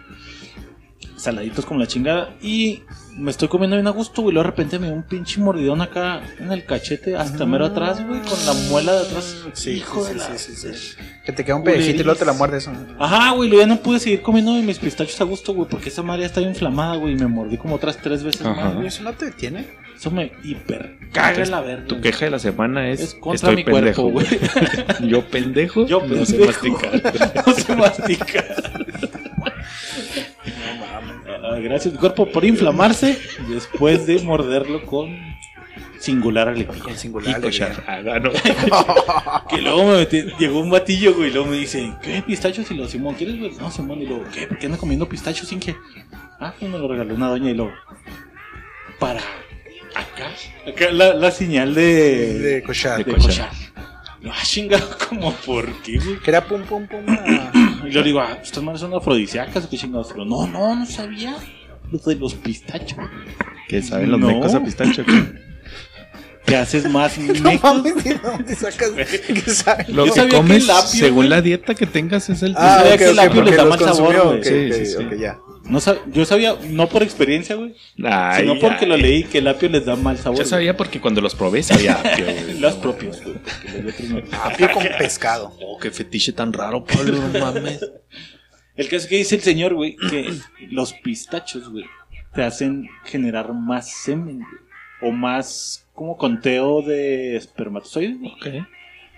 S4: saladitos como la chingada. Y me estoy comiendo bien a gusto, güey. Luego de repente me dio un pinche mordidón acá en el cachete, hasta mero atrás, güey, con la muela de atrás.
S3: Sí,
S4: Hijo
S3: sí,
S4: de
S3: sí,
S4: la-
S3: sí, sí, sí. Que te queda un pedacito y luego te la muerdes. ¿no?
S4: Ajá, güey, luego ya no pude seguir comiendo mis pistachos a gusto, güey, porque esa madre ya estaba inflamada, güey, y me mordí como otras tres veces
S2: Ajá.
S4: más,
S3: ¿Y
S4: güey.
S3: eso no te detiene?
S4: Eso me hiper caga la verga.
S2: Tu
S4: güey.
S2: queja de la semana es,
S4: Mm. Es contra
S2: estoy
S4: mi
S2: pendejo,
S4: cuerpo, güey.
S2: güey. <laughs> Yo pendejo.
S4: Yo
S2: no sé
S4: pendejo.
S2: masticar.
S4: <laughs> No se mastica. Ah, Gracias, mi cuerpo, por inflamarse después de morderlo con singular alegría.
S3: Con
S2: Y
S3: singular.
S2: cochar. Ah,
S4: <laughs>
S2: no.
S4: Que luego me metí, llegó un batillo, güey, y luego me dice, ¿qué pistachos? Y lo Simón, ¿quieres, güey? No, Simón, y luego, ¿qué? ¿Por qué andas comiendo pistachos sin que? Ah, pues me lo regaló una doña y luego, para acá, acá la, la señal de,
S3: De cochar.
S4: de
S2: de
S4: cochar. Lo ha chingado <laughs> como, ¿por qué, güey?
S3: Que era pum, pum,
S4: <laughs>
S3: pum. ah.
S4: Y yo le digo, ah, estas madres son afrodisíacas o qué chingados. Pero no, no, no sabía. Lo de los pistachos.
S2: Que saben los
S4: No.
S2: mecos a pistacho. güey.
S4: <laughs> Te
S2: <laughs>
S4: haces
S3: <laughs>
S4: más
S3: No
S4: meco.
S3: mames, ¿de dónde sacas? ¿Qué sabes?
S2: Lo
S4: Yo
S2: que
S4: sabía que el
S2: comes,
S4: lapio,
S2: según
S4: güey.
S2: la dieta que tengas, es el
S4: Ah,
S2: sabía
S4: ok,
S2: que el
S4: ok,
S2: lapio
S4: porque
S2: le-
S4: da mal sabor, güey.
S3: ok,
S2: Sí,
S3: ok,
S2: sí, sí.
S3: ok, ya.
S4: No sab- yo sabía, no por experiencia, güey.
S2: Ay,
S4: sino porque
S2: ay.
S4: lo leí que el apio les da mal sabor.
S2: Yo sabía porque cuando los probé sabía
S4: <laughs>
S2: apio, güey.
S4: güey. Los propios, güey. porque los de otros no.
S3: Apio Ah, con
S2: <laughs>
S3: pescado.
S2: Oh, qué fetiche tan raro, Pablo, no mames.
S4: El caso es que dice el señor, güey, que los pistachos, güey, te hacen generar más semen, güey. O más como conteo de espermatozoides, güey.
S2: Ok.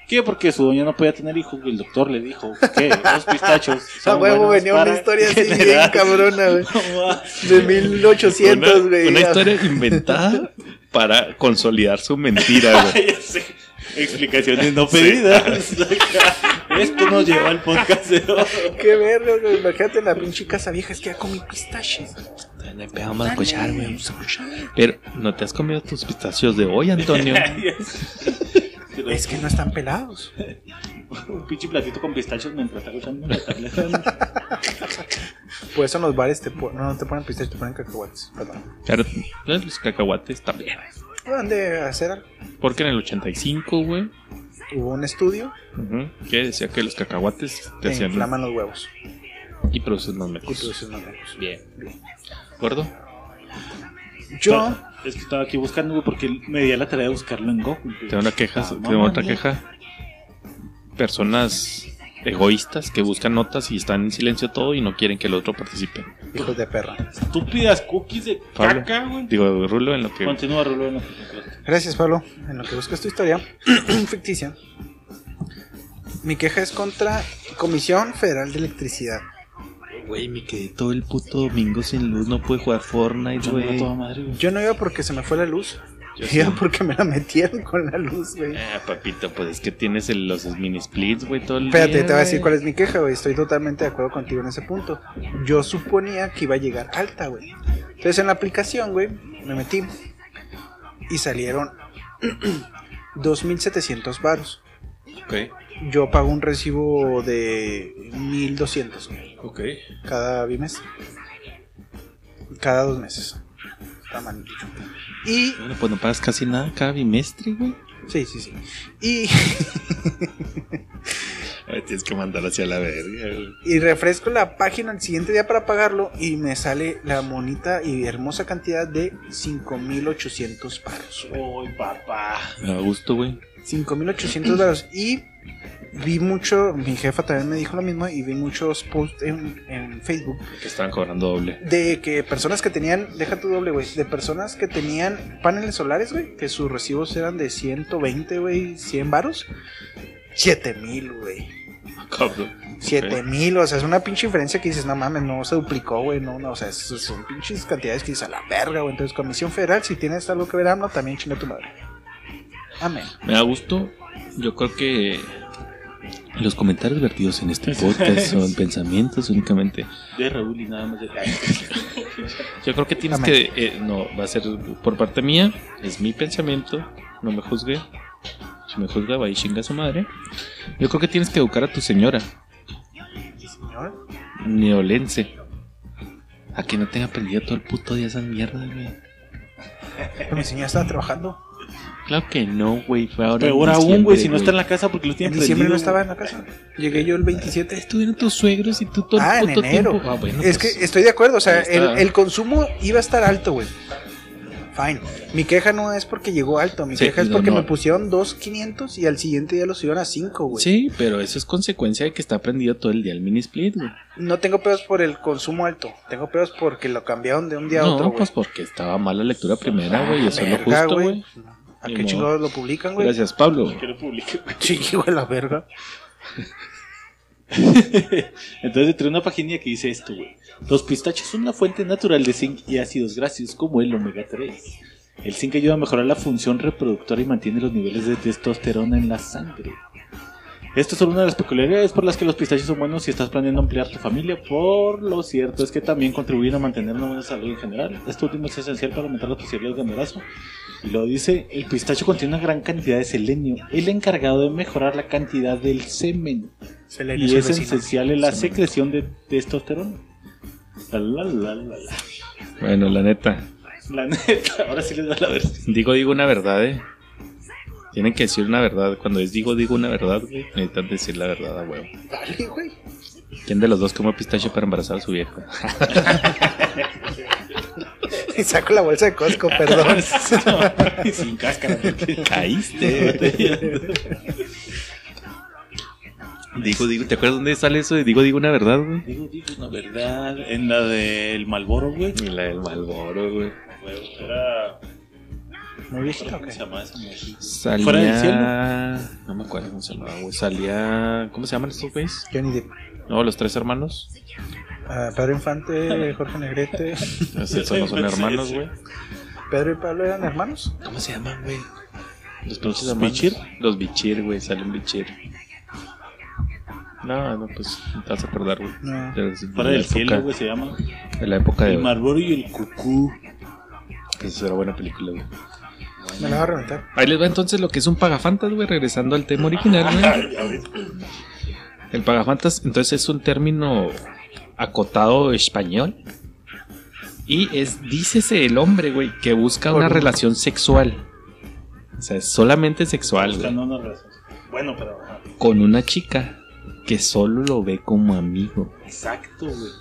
S4: ¿Qué? Porque su doña no podía tener hijos, güey. El doctor le dijo que los pistachos.
S3: <laughs> A
S4: son
S3: huevo
S4: buenos
S3: venía una
S4: para
S3: historia así bien
S4: generar-
S3: cabrona, güey.
S4: <laughs> No más.
S3: De 1800,
S2: una,
S3: güey.
S2: una historia inventada para consolidar su mentira, güey.
S4: Ya sé. Explicaciones no pedidas. Esto nos lleva al podcast de hoy.
S3: Qué verga, güey. Imagínate la pinche casa vieja, es que ya comí pistaches.
S2: No hay pedo, vamos a escuchar, güey. vamos a escuchar. Pero no te has comido tus pistacios de hoy, <laughs> Antonio.
S3: Es que no están pelados.
S4: Un pinche platito con pistachos mientras está escuchando la tableta.
S3: Por eso en los bares te ponen, no, no te ponen pistaches, te ponen cacahuates. Perdón.
S2: Claro, los cacahuates también.
S3: Van de hacer algo.
S2: Porque en el 85, güey,
S3: Hubo un estudio
S2: ujú, que decía que los cacahuates te
S3: que
S2: hacían
S3: inflaman los huevos.
S2: y producen los
S3: Y
S2: mecos.
S3: producen los huevos.
S2: Bien. ¿De acuerdo?
S3: Yo,
S4: Es que estaba aquí buscando, güey, porque me di a la tarea de buscarlo en Google. güey.
S2: Tengo una queja,
S4: Ah,
S2: tengo otra
S4: mamá,
S2: queja. Personas egoístas que buscan notas y están en silencio todo y no quieren que el otro participe.
S3: hijos de perra.
S4: Estúpidas cookies de
S2: Pablo.
S4: caca, güey.
S2: Digo, Rulo, en lo que
S4: Continúa, Rulo. en lo que-
S3: Gracias, Pablo. En lo que buscas tu historia <clears throat> ficticia. Mi queja es contra Comisión Federal de Electricidad.
S2: Güey, me quedé todo el puto domingo sin luz, no pude jugar Fortnite,
S4: Yo me la
S2: güey.
S4: toda madre, güey.
S3: Yo no iba porque se me fue la luz. Yo
S2: Yo sí.
S3: iba porque me la metieron con la luz, güey.
S2: Ah, papito, pues es que tienes el- los mini splits, güey, todo el
S3: Espérate,
S2: día,
S3: te voy a decir
S2: güey.
S3: cuál es mi queja, güey. Estoy totalmente de acuerdo contigo en ese punto. Yo suponía que iba a llegar alta, güey. Entonces en la aplicación, güey, me metí y salieron <clears throat> 2.700 varos. Yo pago un recibo de 1.200, güey,
S2: Ok, ok.
S3: cada bimestre. Cada dos meses. Está mal dicho. Y
S2: Bueno, pues no pagas casi nada cada bimestre, güey.
S3: Sí, sí, sí. Y,
S2: Ay, tienes que mandar hacia la verga, güey.
S3: y refresco la página el siguiente día para pagarlo y me sale la bonita y hermosa cantidad de 5.800 paros. güey.
S4: Ay, papá.
S2: Me da gusto, güey.
S3: 5.800 dólares. Y vi mucho, mi jefa también me dijo lo mismo y vi muchos posts en, en Facebook
S2: Que estaban cobrando doble.
S3: de que personas que tenían, deja tu doble, güey, de personas que tenían paneles solares, güey, que sus recibos eran de 120, güey, 100 varos. 7.000, güey.
S2: Ah, Cabrón.
S3: 7000, o sea, es una pinche diferencia que dices, no mames, no se duplicó, güey, no, no, o sea, es- son pinches cantidades que dices a la verga, güey. Entonces, Comisión Federal, si tienes algo que ver, AMLO, también chinga tu madre. Amén.
S2: Me da gusto. Yo creo que los comentarios vertidos en este podcast <laughs> son pensamientos únicamente.
S4: De Raúl y nada más de.
S2: Yo creo que tienes
S3: Amén.
S2: que. eh, no, va a ser por parte mía. Es mi pensamiento. No me juzgue. Si me juzga, va y chinga a su madre. Yo creo que tienes que educar a tu señora,
S3: Señor,
S2: neolense. A que no tenga aprendido todo el puto día esa mierda, güey.
S3: pero mi señora estaba trabajando.
S2: Claro que no, güey. Fue ahora. en
S4: Peor aún,
S2: diciembre,
S4: güey, si no está en la casa porque lo
S3: En
S4: tiene
S3: diciembre no
S4: prendido,
S3: estaba
S4: güey.
S3: en la casa. Llegué yo el 27.
S2: Estuvieron tus suegros y tú todo
S3: Ah,
S2: el
S3: en
S2: puto
S3: enero.
S2: tiempo. Ah, bueno,
S3: Es que
S2: pues,
S3: estoy de acuerdo, o sea,
S2: ahí está.
S3: el, el consumo iba a estar alto, güey. Fine. Mi queja no es porque llegó alto, mi
S2: Sí,
S3: queja es
S2: no,
S3: porque
S2: no.
S3: me pusieron 2.500 y al siguiente día lo subieron a 5, güey.
S2: Sí, pero eso es consecuencia de que está prendido todo el día el mini split, güey.
S3: No tengo pedos por el consumo alto, tengo pedos porque lo cambiaron de un día a
S2: No,
S3: otro, güey.
S2: pues porque estaba mala la lectura primera, güey. Eso es lo
S3: Verga,
S2: justo, güey.
S3: ¿A
S2: Ni
S3: qué
S2: modo.
S3: chingados lo publican, güey?
S2: Gracias, Pablo.
S4: Que lo publique, güey.
S3: <laughs> Sí, güey, la verga.
S4: <laughs> Entonces trae una página que dice esto, güey. Los pistachos son una fuente natural de zinc y ácidos grasos como el omega 3. El zinc ayuda a mejorar la función reproductora y mantiene los niveles de testosterona en la sangre. Esto es solo una de las peculiaridades por las que los pistachos son buenos si estás planeando ampliar tu familia. Por lo cierto es que también contribuyen a mantener una buena salud en general. Esto último es esencial para aumentar las posibilidades de embarazo. Y lo dice, el pistacho contiene una gran cantidad de selenio, el encargado de mejorar la cantidad del semen.
S3: Se le
S4: Y
S3: hizo el
S4: es
S3: vecino.
S4: esencial en la secreción de testosterona. La, la, la, la, la.
S2: Bueno, la neta.
S4: La neta, ahora sí les da la <laughs> versión.
S2: Digo, digo una verdad, eh. Tienen que decir una verdad. Cuando es digo, digo una verdad, güey, necesitan decir la verdad a huevo.
S3: Dale, güey. <laughs>
S2: ¿Quién de los dos come pistacho para embarazar a su vieja?
S3: Y saco la bolsa de
S2: <laughs>
S3: Costco, perdón.
S4: Sin cáscara. <laughs> porque-
S2: Caíste. digo, digo, ¿te acuerdas dónde sale eso de digo, digo una verdad, güey?
S4: Digo, digo una verdad. En la del Malboro, güey.
S2: Y la del Malboro, güey.
S4: Güey, Era.
S3: Muy viejito,
S4: ¿Cómo
S3: ok.
S4: se llamaba esa mujer?
S2: Salía...
S4: ¿Fuera del cielo?
S2: No me acuerdo cómo se llamaba, güey. Salía... ¿Cómo se llaman estos güeyes?
S3: Johnny Depp.
S2: No, los tres hermanos.
S3: Ah, Pedro Infante, Jorge Negrete.
S2: Esos no son hermanos, güey.
S3: ¿Pedro y Pablo eran hermanos?
S2: ¿Cómo se llaman, güey? Los
S4: pinches
S2: pinches
S4: hermanos.
S2: bichir. Los bichir, güey, salen bichir. No, no, pues no te vas a acordar, güey.
S3: No.
S2: De las- de
S4: Fuera
S2: la
S4: del
S2: época-
S4: cielo, güey, se llama.
S2: De la época de.
S4: El Malboro y el Cucú.
S2: Esa era buena película, güey.
S3: Me la va a reventar.
S2: Ahí les va entonces lo que es un Pagafantas, güey, regresando al tema original,
S4: <laughs>
S2: güey. El Pagafantas, entonces, es un término acotado español. Y es, dícese el hombre, güey, que busca
S3: Por
S2: una
S3: un-
S2: relación sexual. O sea, es solamente sexual, güey.
S4: Buscando una razón. Bueno, pero. ajá.
S2: Con una chica que solo lo ve como amigo.
S4: Exacto, güey.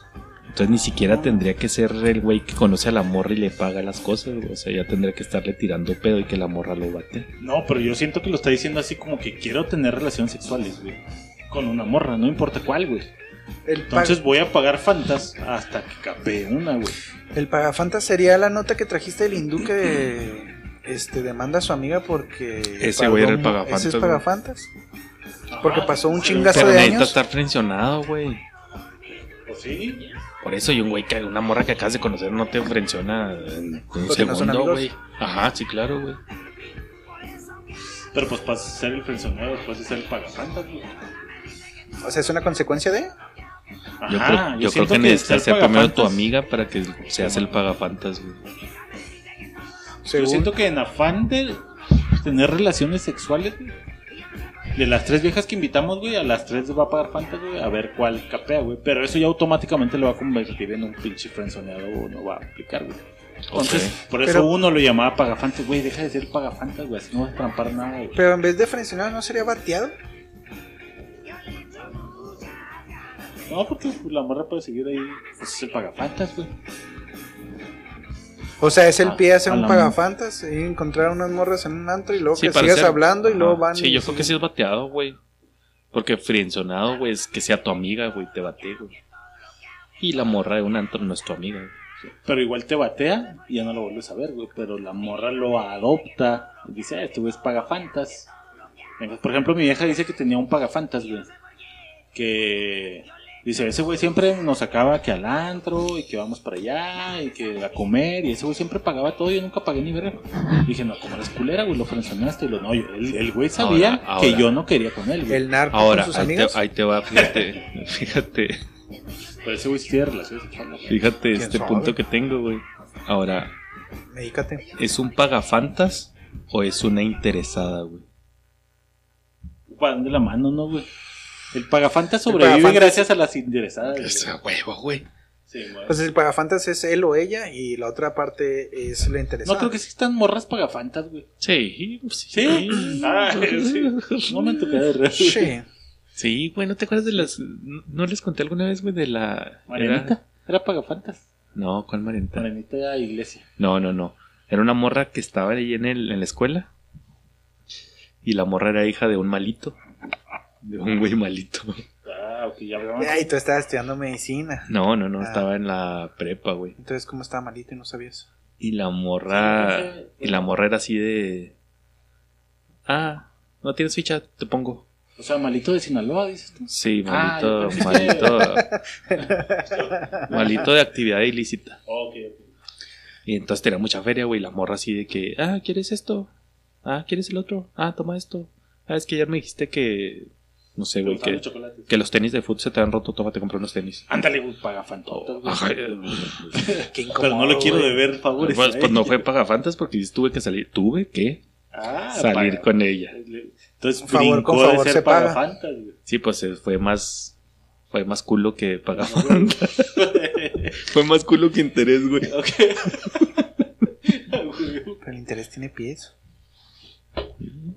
S2: Entonces ni siquiera tendría que ser el güey que conoce a la morra y le paga las cosas, güey. O sea, ya tendría que estarle tirando pedo y que la morra lo bate.
S4: No, pero yo siento que lo está diciendo así como que quiero tener relaciones sexuales, güey. Con una morra, no importa cuál, güey.
S3: El, pa-
S4: Entonces voy a pagar fantas hasta que capee una, güey.
S3: el Pagafantas sería la nota que trajiste del hindú que este, demanda a su amiga porque.
S2: Ese güey era el
S3: un-
S2: Pagafantas,
S3: Ese es
S2: güey.
S3: Pagafantas.
S4: Ah,
S3: Porque pasó un chingazo
S2: Pero
S3: de
S2: necesita
S3: años.
S2: estar frencionado, güey.
S4: Pues sí.
S2: Por eso, y un güey que una morra que acabas de conocer no te frenciona en un
S3: Porque no son
S2: segundo,
S3: amigos.
S2: güey. Ajá, sí, claro, güey.
S4: Pero pues pasa a ser el pensionero, después de ser el pagafantas, güey.
S3: O sea, es una consecuencia de.
S4: Ajá,
S2: yo creo, yo creo
S4: siento
S2: que necesitas
S4: ser
S2: ser primero tu
S4: pagafantas-
S2: amiga para que seas el pagafantas, güey.
S4: Yo
S3: Según,
S4: siento que en afán de tener relaciones sexuales, güey. De las tres viejas que invitamos, güey, a las tres va a pagar fantas, güey, a ver cuál capea, güey. Pero eso ya automáticamente lo va a convertir en un pinche frenzoneado, no va a aplicar, güey. Entonces,
S2: Ok.
S4: por eso
S3: Pero-
S4: uno lo llamaba Pagafantas, güey, deja de ser Pagafantas, güey, así no vas a trampar nada, güey.
S3: Pero en vez de frencionado, ¿no sería bateado?
S4: No, porque pues, la morra puede seguir ahí, pues es el Pagafantas, güey.
S3: O sea, es el
S4: Ah,
S3: pie a hacer
S4: a
S3: un
S4: la-
S3: Pagafantas y encontrar unas morras en un antro y luego que
S2: para
S3: sigas
S2: ser-
S3: hablando y
S2: Ajá.
S3: luego van.
S2: Sí, yo
S3: y
S2: creo que sí es bateado, güey. Porque frienzonado, güey, es que sea tu amiga, güey, te bate, güey. Y la morra de un antro no es tu amiga, güey.
S4: Pero igual te batea y ya no lo vuelves a ver, güey. Pero la morra lo adopta. y Dice, ah, este güey es pagafantas. Venga, Por ejemplo, mi vieja dice que tenía un pagafantas, güey. Que dice, ese güey siempre nos sacaba que al antro y que vamos para allá y que a comer. Y ese güey siempre pagaba todo. Yo nunca pagué ni verga. Dije, no, como eres culera, güey, lo frenzoneaste. Y lo no, yo- el el güey sabía
S2: Ahora, ahora.
S4: que yo no quería con él, güey.
S3: El narco
S2: Ahora,
S3: con sus
S2: ahí te,
S3: amigos.
S2: ahí te va, fíjate, <laughs> fíjate,
S4: Pero ese güey sí tiene relaciones sexuales. güey.
S2: fíjate
S3: ¿Quién
S2: este
S3: sabe?
S2: punto que tengo, güey. Ahora,
S3: Medícate.
S2: ¿es un pagafantas o es una interesada, güey?
S4: Van de la mano, ¿no, güey? El pagafantas sobrevive
S3: Pagafantas-
S4: gracias a las interesadas. güey.
S2: Es a huevo, güey.
S4: Sí, güey.
S3: Pues el pagafantas es él o ella y la otra parte es la interesada.
S4: no creo que existan morras pagafantas,
S2: <laughs>
S4: güey.
S2: Sí, sí.
S4: ¿Sí?
S2: <laughs>
S4: Ah, sí. No me toqué de reír.
S3: Sí.
S2: Sí, güey, ¿no te acuerdas de las... ¿No les conté alguna vez, güey, de la... era-
S4: Marianita. Era pagafantas.
S2: No, ¿cuál Marianita?
S4: Marianita era iglesia.
S2: No, no, no. Era una morra que estaba ahí en, el- en la escuela. Y la morra era hija de un malito. De un güey malito.
S4: Ah, ok, ya hablamos.
S3: Ay, tú estabas estudiando medicina.
S2: No, no, no,
S3: Ah.
S2: estaba en la prepa, güey.
S3: Entonces, ¿cómo estaba malito y no sabías?
S2: Y la morra.
S4: Sí, entonces,
S2: y la morra era así de. Ah, no tienes ficha, te pongo.
S4: O sea, malito de Sinaloa, dices tú.
S2: Sí,
S4: Ah,
S2: malito,
S4: yo pensé
S2: malito. <laughs> malito de actividad ilícita.
S4: Ok, ok.
S2: Y entonces tenía mucha feria, güey. y La morra así de que, ah, ¿quieres esto? Ah, ¿quieres el otro? Ah, toma esto. Ah, es que ayer me dijiste que. No sé, güey, que, que los tenis de fútbol se te han roto, toma, te compré unos tenis.
S4: Ándale, güey,
S2: Oh,
S4: pagafantas. güey.
S2: ajá, eh,
S3: Qué
S4: Pero no le
S3: incómodo,
S4: quiero
S3: güey.
S4: deber favores. eh.
S2: pues,
S4: a
S2: pues no
S4: ella.
S2: fue pagafantas porque tuve que salir. Tuve que
S4: Ah,
S2: salir
S4: paga-
S2: con ella.
S4: Entonces,
S3: Con favor,
S4: brincó
S3: con favor
S4: de ser
S3: se paga.
S4: pagafantas,
S2: <laughs>
S4: güey.
S2: Sí, pues eh, fue más. Fue más culo que pagafantas. fue más culo que interés, güey.
S4: <laughs> Ok.
S3: Pero el interés tiene pies.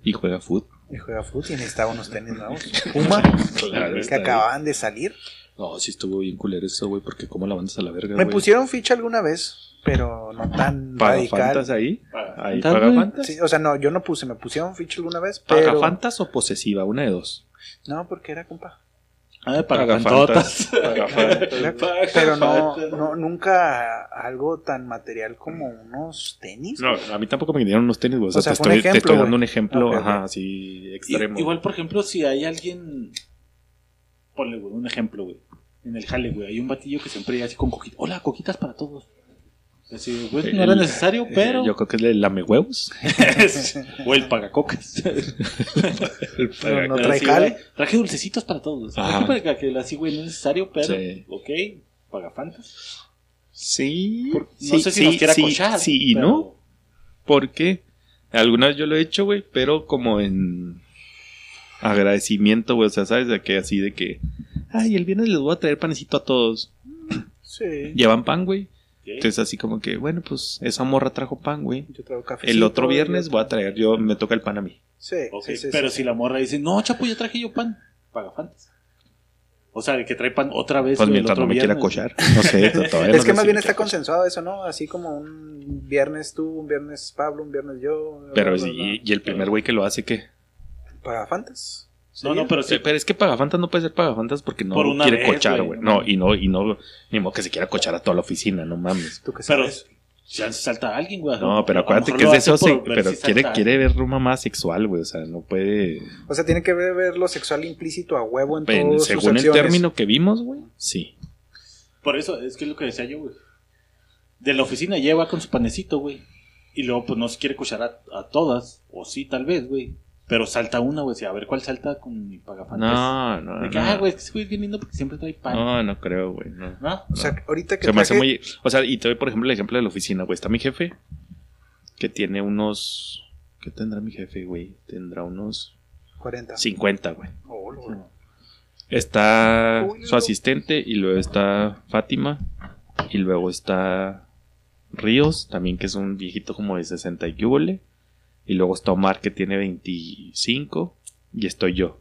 S2: Y juega fútbol.
S3: Y juega fútbol y necesitaba unos tenis <laughs> nuevos. Puma,
S2: Claro,
S3: que
S2: está bien.
S3: acababan de salir.
S2: No, sí estuvo bien culero eso, güey, porque cómo la mandas a la verga,
S3: Me
S2: güey.
S3: pusieron ficha alguna vez, pero no tan radical.
S2: ¿Pagafantas ahí?
S4: Paga.
S2: ¿Ahí
S4: Tal vez.
S2: pagafantas?
S3: Sí, o sea, no, yo no puse, me pusieron ficha alguna vez, pero...
S2: ¿Pagafantas o posesiva? Una de dos.
S3: No, porque era
S2: <laughs>
S3: compa.
S4: Ah, de pagafantotas.
S3: Era-
S4: Pagafantas.
S3: Pero no, no, nunca algo tan material como unos tenis.
S2: No, a mí tampoco me dieron unos tenis, güey. O sea,
S3: O sea,
S2: te,
S3: fue un
S2: estoy, te
S3: ejemplo,
S2: estoy dando
S3: güey.
S2: un ejemplo,
S3: Ok, ok.
S2: ajá, así
S4: I-
S2: extremo.
S4: Igual, por ejemplo, si hay alguien. Ponle, güey, un ejemplo, güey. En el jale, güey, hay un batillo que siempre llega así con coquitas. Hola, coquitas para todos. Así, güey, no era
S2: El-
S4: necesario,
S2: Eh,
S4: pero. <laughs>
S2: Yo creo que es el <laughs> lamehuevos.
S4: o el
S2: <laughs>
S4: pagacocas.
S3: No, no
S4: Pero
S3: trae
S4: sí,
S3: jale.
S4: güey, Traje dulcecitos para todos.
S2: Ajá.
S4: Traje para que así, güey, no es necesario, pero.
S2: Sí.
S4: Ok, pagafantas.
S2: Sí.
S4: No
S2: sí,
S4: sé si
S2: sí,
S4: nos quiera
S2: sí,
S4: cochar.
S2: Sí y
S4: pero-
S2: no. Porque alguna vez yo lo he hecho, güey, pero como en agradecimiento, güey. O sea, ¿sabes? De que así de que, ay, el viernes les voy a traer panecito a todos.
S3: Sí.
S2: Llevan pan, güey.
S4: Ok.
S2: Entonces, así como que, bueno, pues esa morra trajo pan, güey.
S3: Yo traigo cafecito,
S2: El otro viernes
S3: yo-
S2: voy a traer, yo me toca el pan a mí.
S3: Sí,
S4: Ok,
S3: sí, sí,
S4: pero
S3: sí.
S4: si la morra dice, no, chapo, ya traje yo pan. Pagafantas. O sea, el que trae pan otra vez.
S2: Pues
S4: güey, el
S2: mientras
S4: otro
S2: no me quiera
S4: viernes.
S2: cochar. No
S4: <laughs>
S2: sé, todavía
S3: Es
S2: no
S3: que
S2: sé
S3: más
S2: si
S3: bien
S2: me
S3: está
S2: quiera
S3: consensuado eso, ¿no? Así como un viernes tú, un viernes Pablo, un viernes yo.
S2: Pero,
S3: bla, bla,
S2: y, y el primer güey que lo hace, ¿qué?
S3: bla. Pagafantas.
S4: No, no, pero sí.
S2: Eh, Pero es que Pagafantas no puede ser Pagafantas porque no
S4: Por una
S2: quiere
S4: vez,
S2: cochar, güey.
S4: güey, no
S2: No, y no, y no, ni modo que se quiera cochar a toda la oficina, no mames.
S3: ¿Tú qué
S4: Pero
S3: sabes?
S4: ya se salta alguien, güey.
S2: No, pero
S4: A lo
S2: acuérdate
S4: mejor
S2: que es
S4: lo
S2: de
S4: hace
S2: esos,
S4: por
S2: se-
S4: ver
S2: pero
S4: si salta
S2: quiere,
S4: alguien.
S2: quiere ver rumba más sexual, güey. O sea, no puede.
S3: O sea, tiene que ver lo sexual implícito a huevo en
S2: En-
S3: todas sus
S2: según el
S3: acciones.
S2: término que vimos, güey, sí.
S4: Por eso, es que es lo que decía yo, güey. De la oficina lleva con su panecito, güey. Y luego, pues, no se quiere cochar a, a todas. O sí, tal vez, güey. Pero salta una, güey. sí, A ver cuál salta con mi pagafantas.
S2: No, no,
S4: pues. De que, ah,
S2: no.
S4: güey, es que ese güey es bien lindo porque siempre trae pan.
S2: No, no creo, güey. No.
S4: ¿No?
S3: O sea, ahorita que
S2: Se me hace
S3: traje-
S2: muy. O sea, y te doy, por ejemplo, el ejemplo de la oficina, güey. Está mi jefe, que tiene unos. ¿Qué tendrá mi jefe, güey? Tendrá unos
S3: 40.
S2: 50, güey.
S3: Oh, lo-
S2: Está
S3: Uy,
S2: su
S3: no.
S2: asistente, y luego está Fátima, y luego está Ríos, también que es un viejito como de 60 y cúbole, y luego está Omar, que tiene 25, y estoy yo.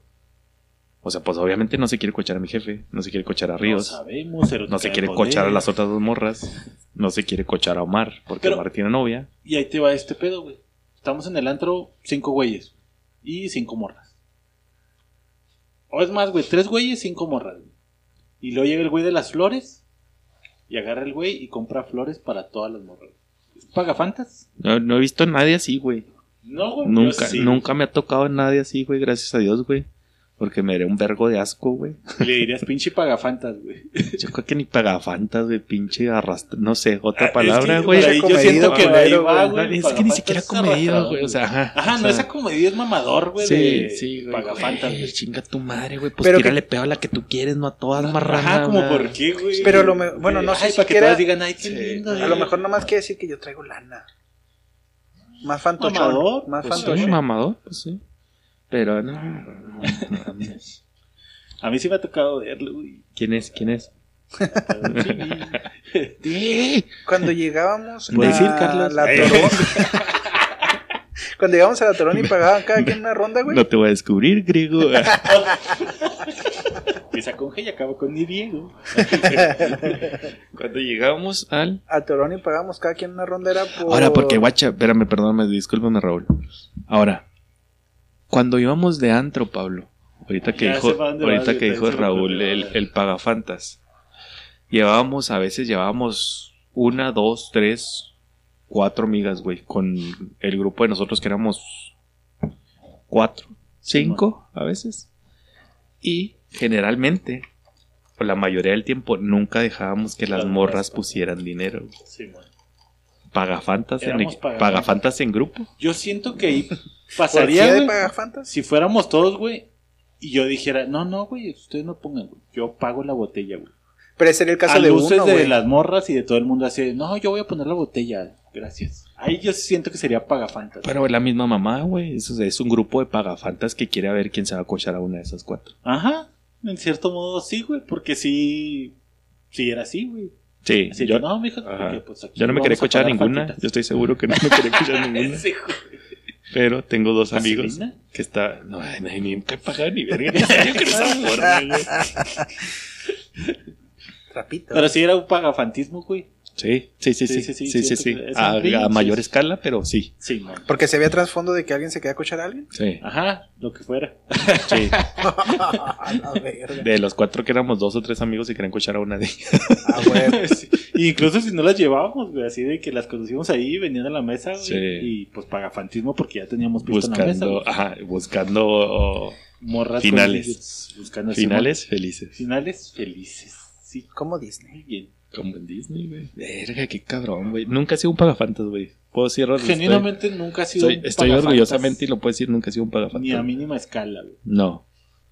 S2: O sea, pues obviamente no se quiere cochar a mi jefe, no se quiere cochar a
S4: No
S2: Ríos.
S4: sabemos. erótica
S2: No se
S4: de
S2: quiere
S4: poder.
S2: cochar a las otras dos morras. No se quiere cochar a Omar, porque
S4: Pero-
S2: Omar tiene novia.
S4: Y ahí te va este pedo, güey. Estamos en el antro, cinco güeyes. Y cinco morras. O es más, güey, tres güeyes, cinco morras. güey. Y luego llega el güey de las flores. Y agarra el güey y compra flores para todas las morras. ¿Paga fantas?
S2: No, no he visto a nadie así, güey.
S4: No, güey.
S2: Nunca,
S4: yo sí.
S2: nunca me ha tocado a nadie así, güey, gracias a Dios, güey. Porque me daré un vergo de asco,
S4: <laughs>
S2: güey.
S4: Le dirías pinche
S2: <laughs>
S4: pagafantas, güey.
S2: Yo creo que ni pagafantas, güey, pinche arrastra. No sé, otra
S4: Ah, es
S2: palabra,
S4: que
S2: güey.
S4: por ahí Yo
S3: Acomedido,
S4: siento que ahí
S3: culero,
S4: va,
S3: güey.
S4: güey.
S2: es que ni
S4: Pagafantas
S2: siquiera
S4: es arrastrado,
S2: comedido, güey. O sea, ajá.
S4: Ajá,
S2: o
S4: no,
S2: sea,
S4: esa comedia es mamador, güey.
S2: Sí,
S4: de
S2: sí, güey.
S4: Pagafantas, güey.
S2: Chinga tu madre, güey. Pues
S3: Pero que-
S2: tírale peor a la que tú quieres, no a todas marranas.
S4: Ajá, como
S2: güey.
S4: por qué, güey. Eh,
S3: Pero lo me- bueno, no sé
S4: Ay,
S3: si
S4: para que
S3: quiera-
S4: todas digan, ay, qué
S2: Sí.
S4: lindo.
S3: A
S4: eh.
S3: lo mejor nomás quiere decir que yo traigo lana. Más fantochón.
S4: Mamador,
S3: más
S4: pues,
S2: Soy
S3: fantochón.
S2: mamador, pues sí. Pero no. no, no, no.
S4: A mí sí me ha tocado verlo, güey.
S2: ¿Quién es? ¿Quién es?
S4: <laughs> Sí.
S3: Cuando llegábamos
S4: Puedes
S3: a
S4: ir, Carlos.
S3: la
S4: Eh.
S3: Torón.
S2: <laughs>
S3: Cuando llegábamos a la Torón y pagaban cada quien una ronda, güey.
S2: No te voy a descubrir, griego. <laughs>
S4: Empieza con G y acaba con mi Diego.
S2: Cuando llegamos al.
S3: A Torón y pagábamos cada quien una ronda era por.
S2: Ahora, porque guacha, espérame, perdóname, discúlpame, Raúl. Ahora, cuando íbamos de antro, Pablo, ahorita que
S4: Ya
S2: dijo,
S4: sé para dónde
S2: ahorita
S4: vas,
S2: que
S4: ya
S2: dijo
S4: sé para
S2: Raúl,
S4: dónde
S2: el,
S4: vas.
S2: el pagafantas, llevábamos, a veces llevábamos una, dos, tres, cuatro migas, güey, con el grupo de nosotros que éramos cuatro, cinco, a veces. Y generalmente, o la mayoría del tiempo, nunca dejábamos que las
S4: Las
S2: morras
S4: morras.
S2: pusieran dinero. güey.
S4: Sí, man.
S2: Pagafantas en,
S4: Éramos
S2: equi-
S4: pagafantas.
S2: pagafantas en grupo.
S4: Yo siento
S3: <laughs>
S4: que ahí
S3: ¿Podría
S4: pasaría,
S3: de
S4: güey,
S3: pagar fantas?
S4: si fuéramos todos, güey, y yo dijera, no, no, güey, ustedes no pongan, güey, yo pago la botella, güey.
S3: Pero sería el caso
S4: a
S3: de
S4: luces
S3: uno,
S4: de
S3: güey.
S4: las morras y de todo el mundo así, de, no, yo voy a poner la botella, gracias. Ahí yo siento que sería pagafantas.
S2: Pero es la misma mamá, güey. Es, o sea, es un grupo de pagafantas que quiere a ver quién se va a cochar a una de esas cuatro.
S4: Ajá, en cierto modo sí, güey, porque sí, sí era así, güey.
S2: Sí,
S4: Así
S2: yo,
S4: que, no, mijo,
S2: ajá.
S4: porque, pues, aquí
S2: yo no me
S4: vamos
S2: quería
S4: a
S2: cochar a
S4: pagar
S2: ninguna.
S4: faltitas.
S2: Yo estoy seguro que no me quería cochar a ninguna.
S4: <laughs> Sí, güey.
S2: Pero tengo dos amigos
S4: ¿Vaselina?
S2: que está. No, ay, ay, ni te pagan ni
S4: <laughs>
S2: verga. Ni sabía que no estaba gorda, güey.
S3: Trapito.
S4: Pero sí era un pagafantismo, güey.
S2: Sí, sí, sí, sí, sí, sí, sí,
S4: siento que es
S2: A,
S4: un ring,
S2: a mayor
S4: sí.
S2: escala, pero sí,
S4: Sí, man.
S3: Porque se había trasfondo de que alguien se queda a cochar a alguien.
S4: Ah.
S2: sí,
S4: Ajá, lo que fuera.
S2: sí.
S3: <laughs> A la verga.
S2: De los cuatro que éramos dos o tres amigos y querían cochar a una de ellas.
S3: Ah, güey.
S4: Sí. Incluso si no las llevábamos, güey, así de que las conducimos ahí, venían a la mesa, güey,
S2: Sí.
S4: y pues pagafantismo porque ya teníamos visto en la mesa.
S2: Buscando,
S4: güey.
S2: ajá, buscando oh,
S4: Morras
S2: Finales.
S4: con- buscando así,
S2: finales
S4: mon-
S2: felices.
S4: finales felices. Sí,
S3: Como Disney.
S4: muy bien.
S2: Como en Disney, güey. Verga, qué cabrón, güey. Nunca he sido un pagafantas, güey. Puedo decir
S4: Genuinamente nunca ha sido.
S2: Pues, Estoy,
S4: un
S2: estoy
S4: pagafantas,
S2: orgullosamente y lo puedo decir, nunca he sido un pagafantas.
S4: Ni a mínima escala, güey.
S2: No.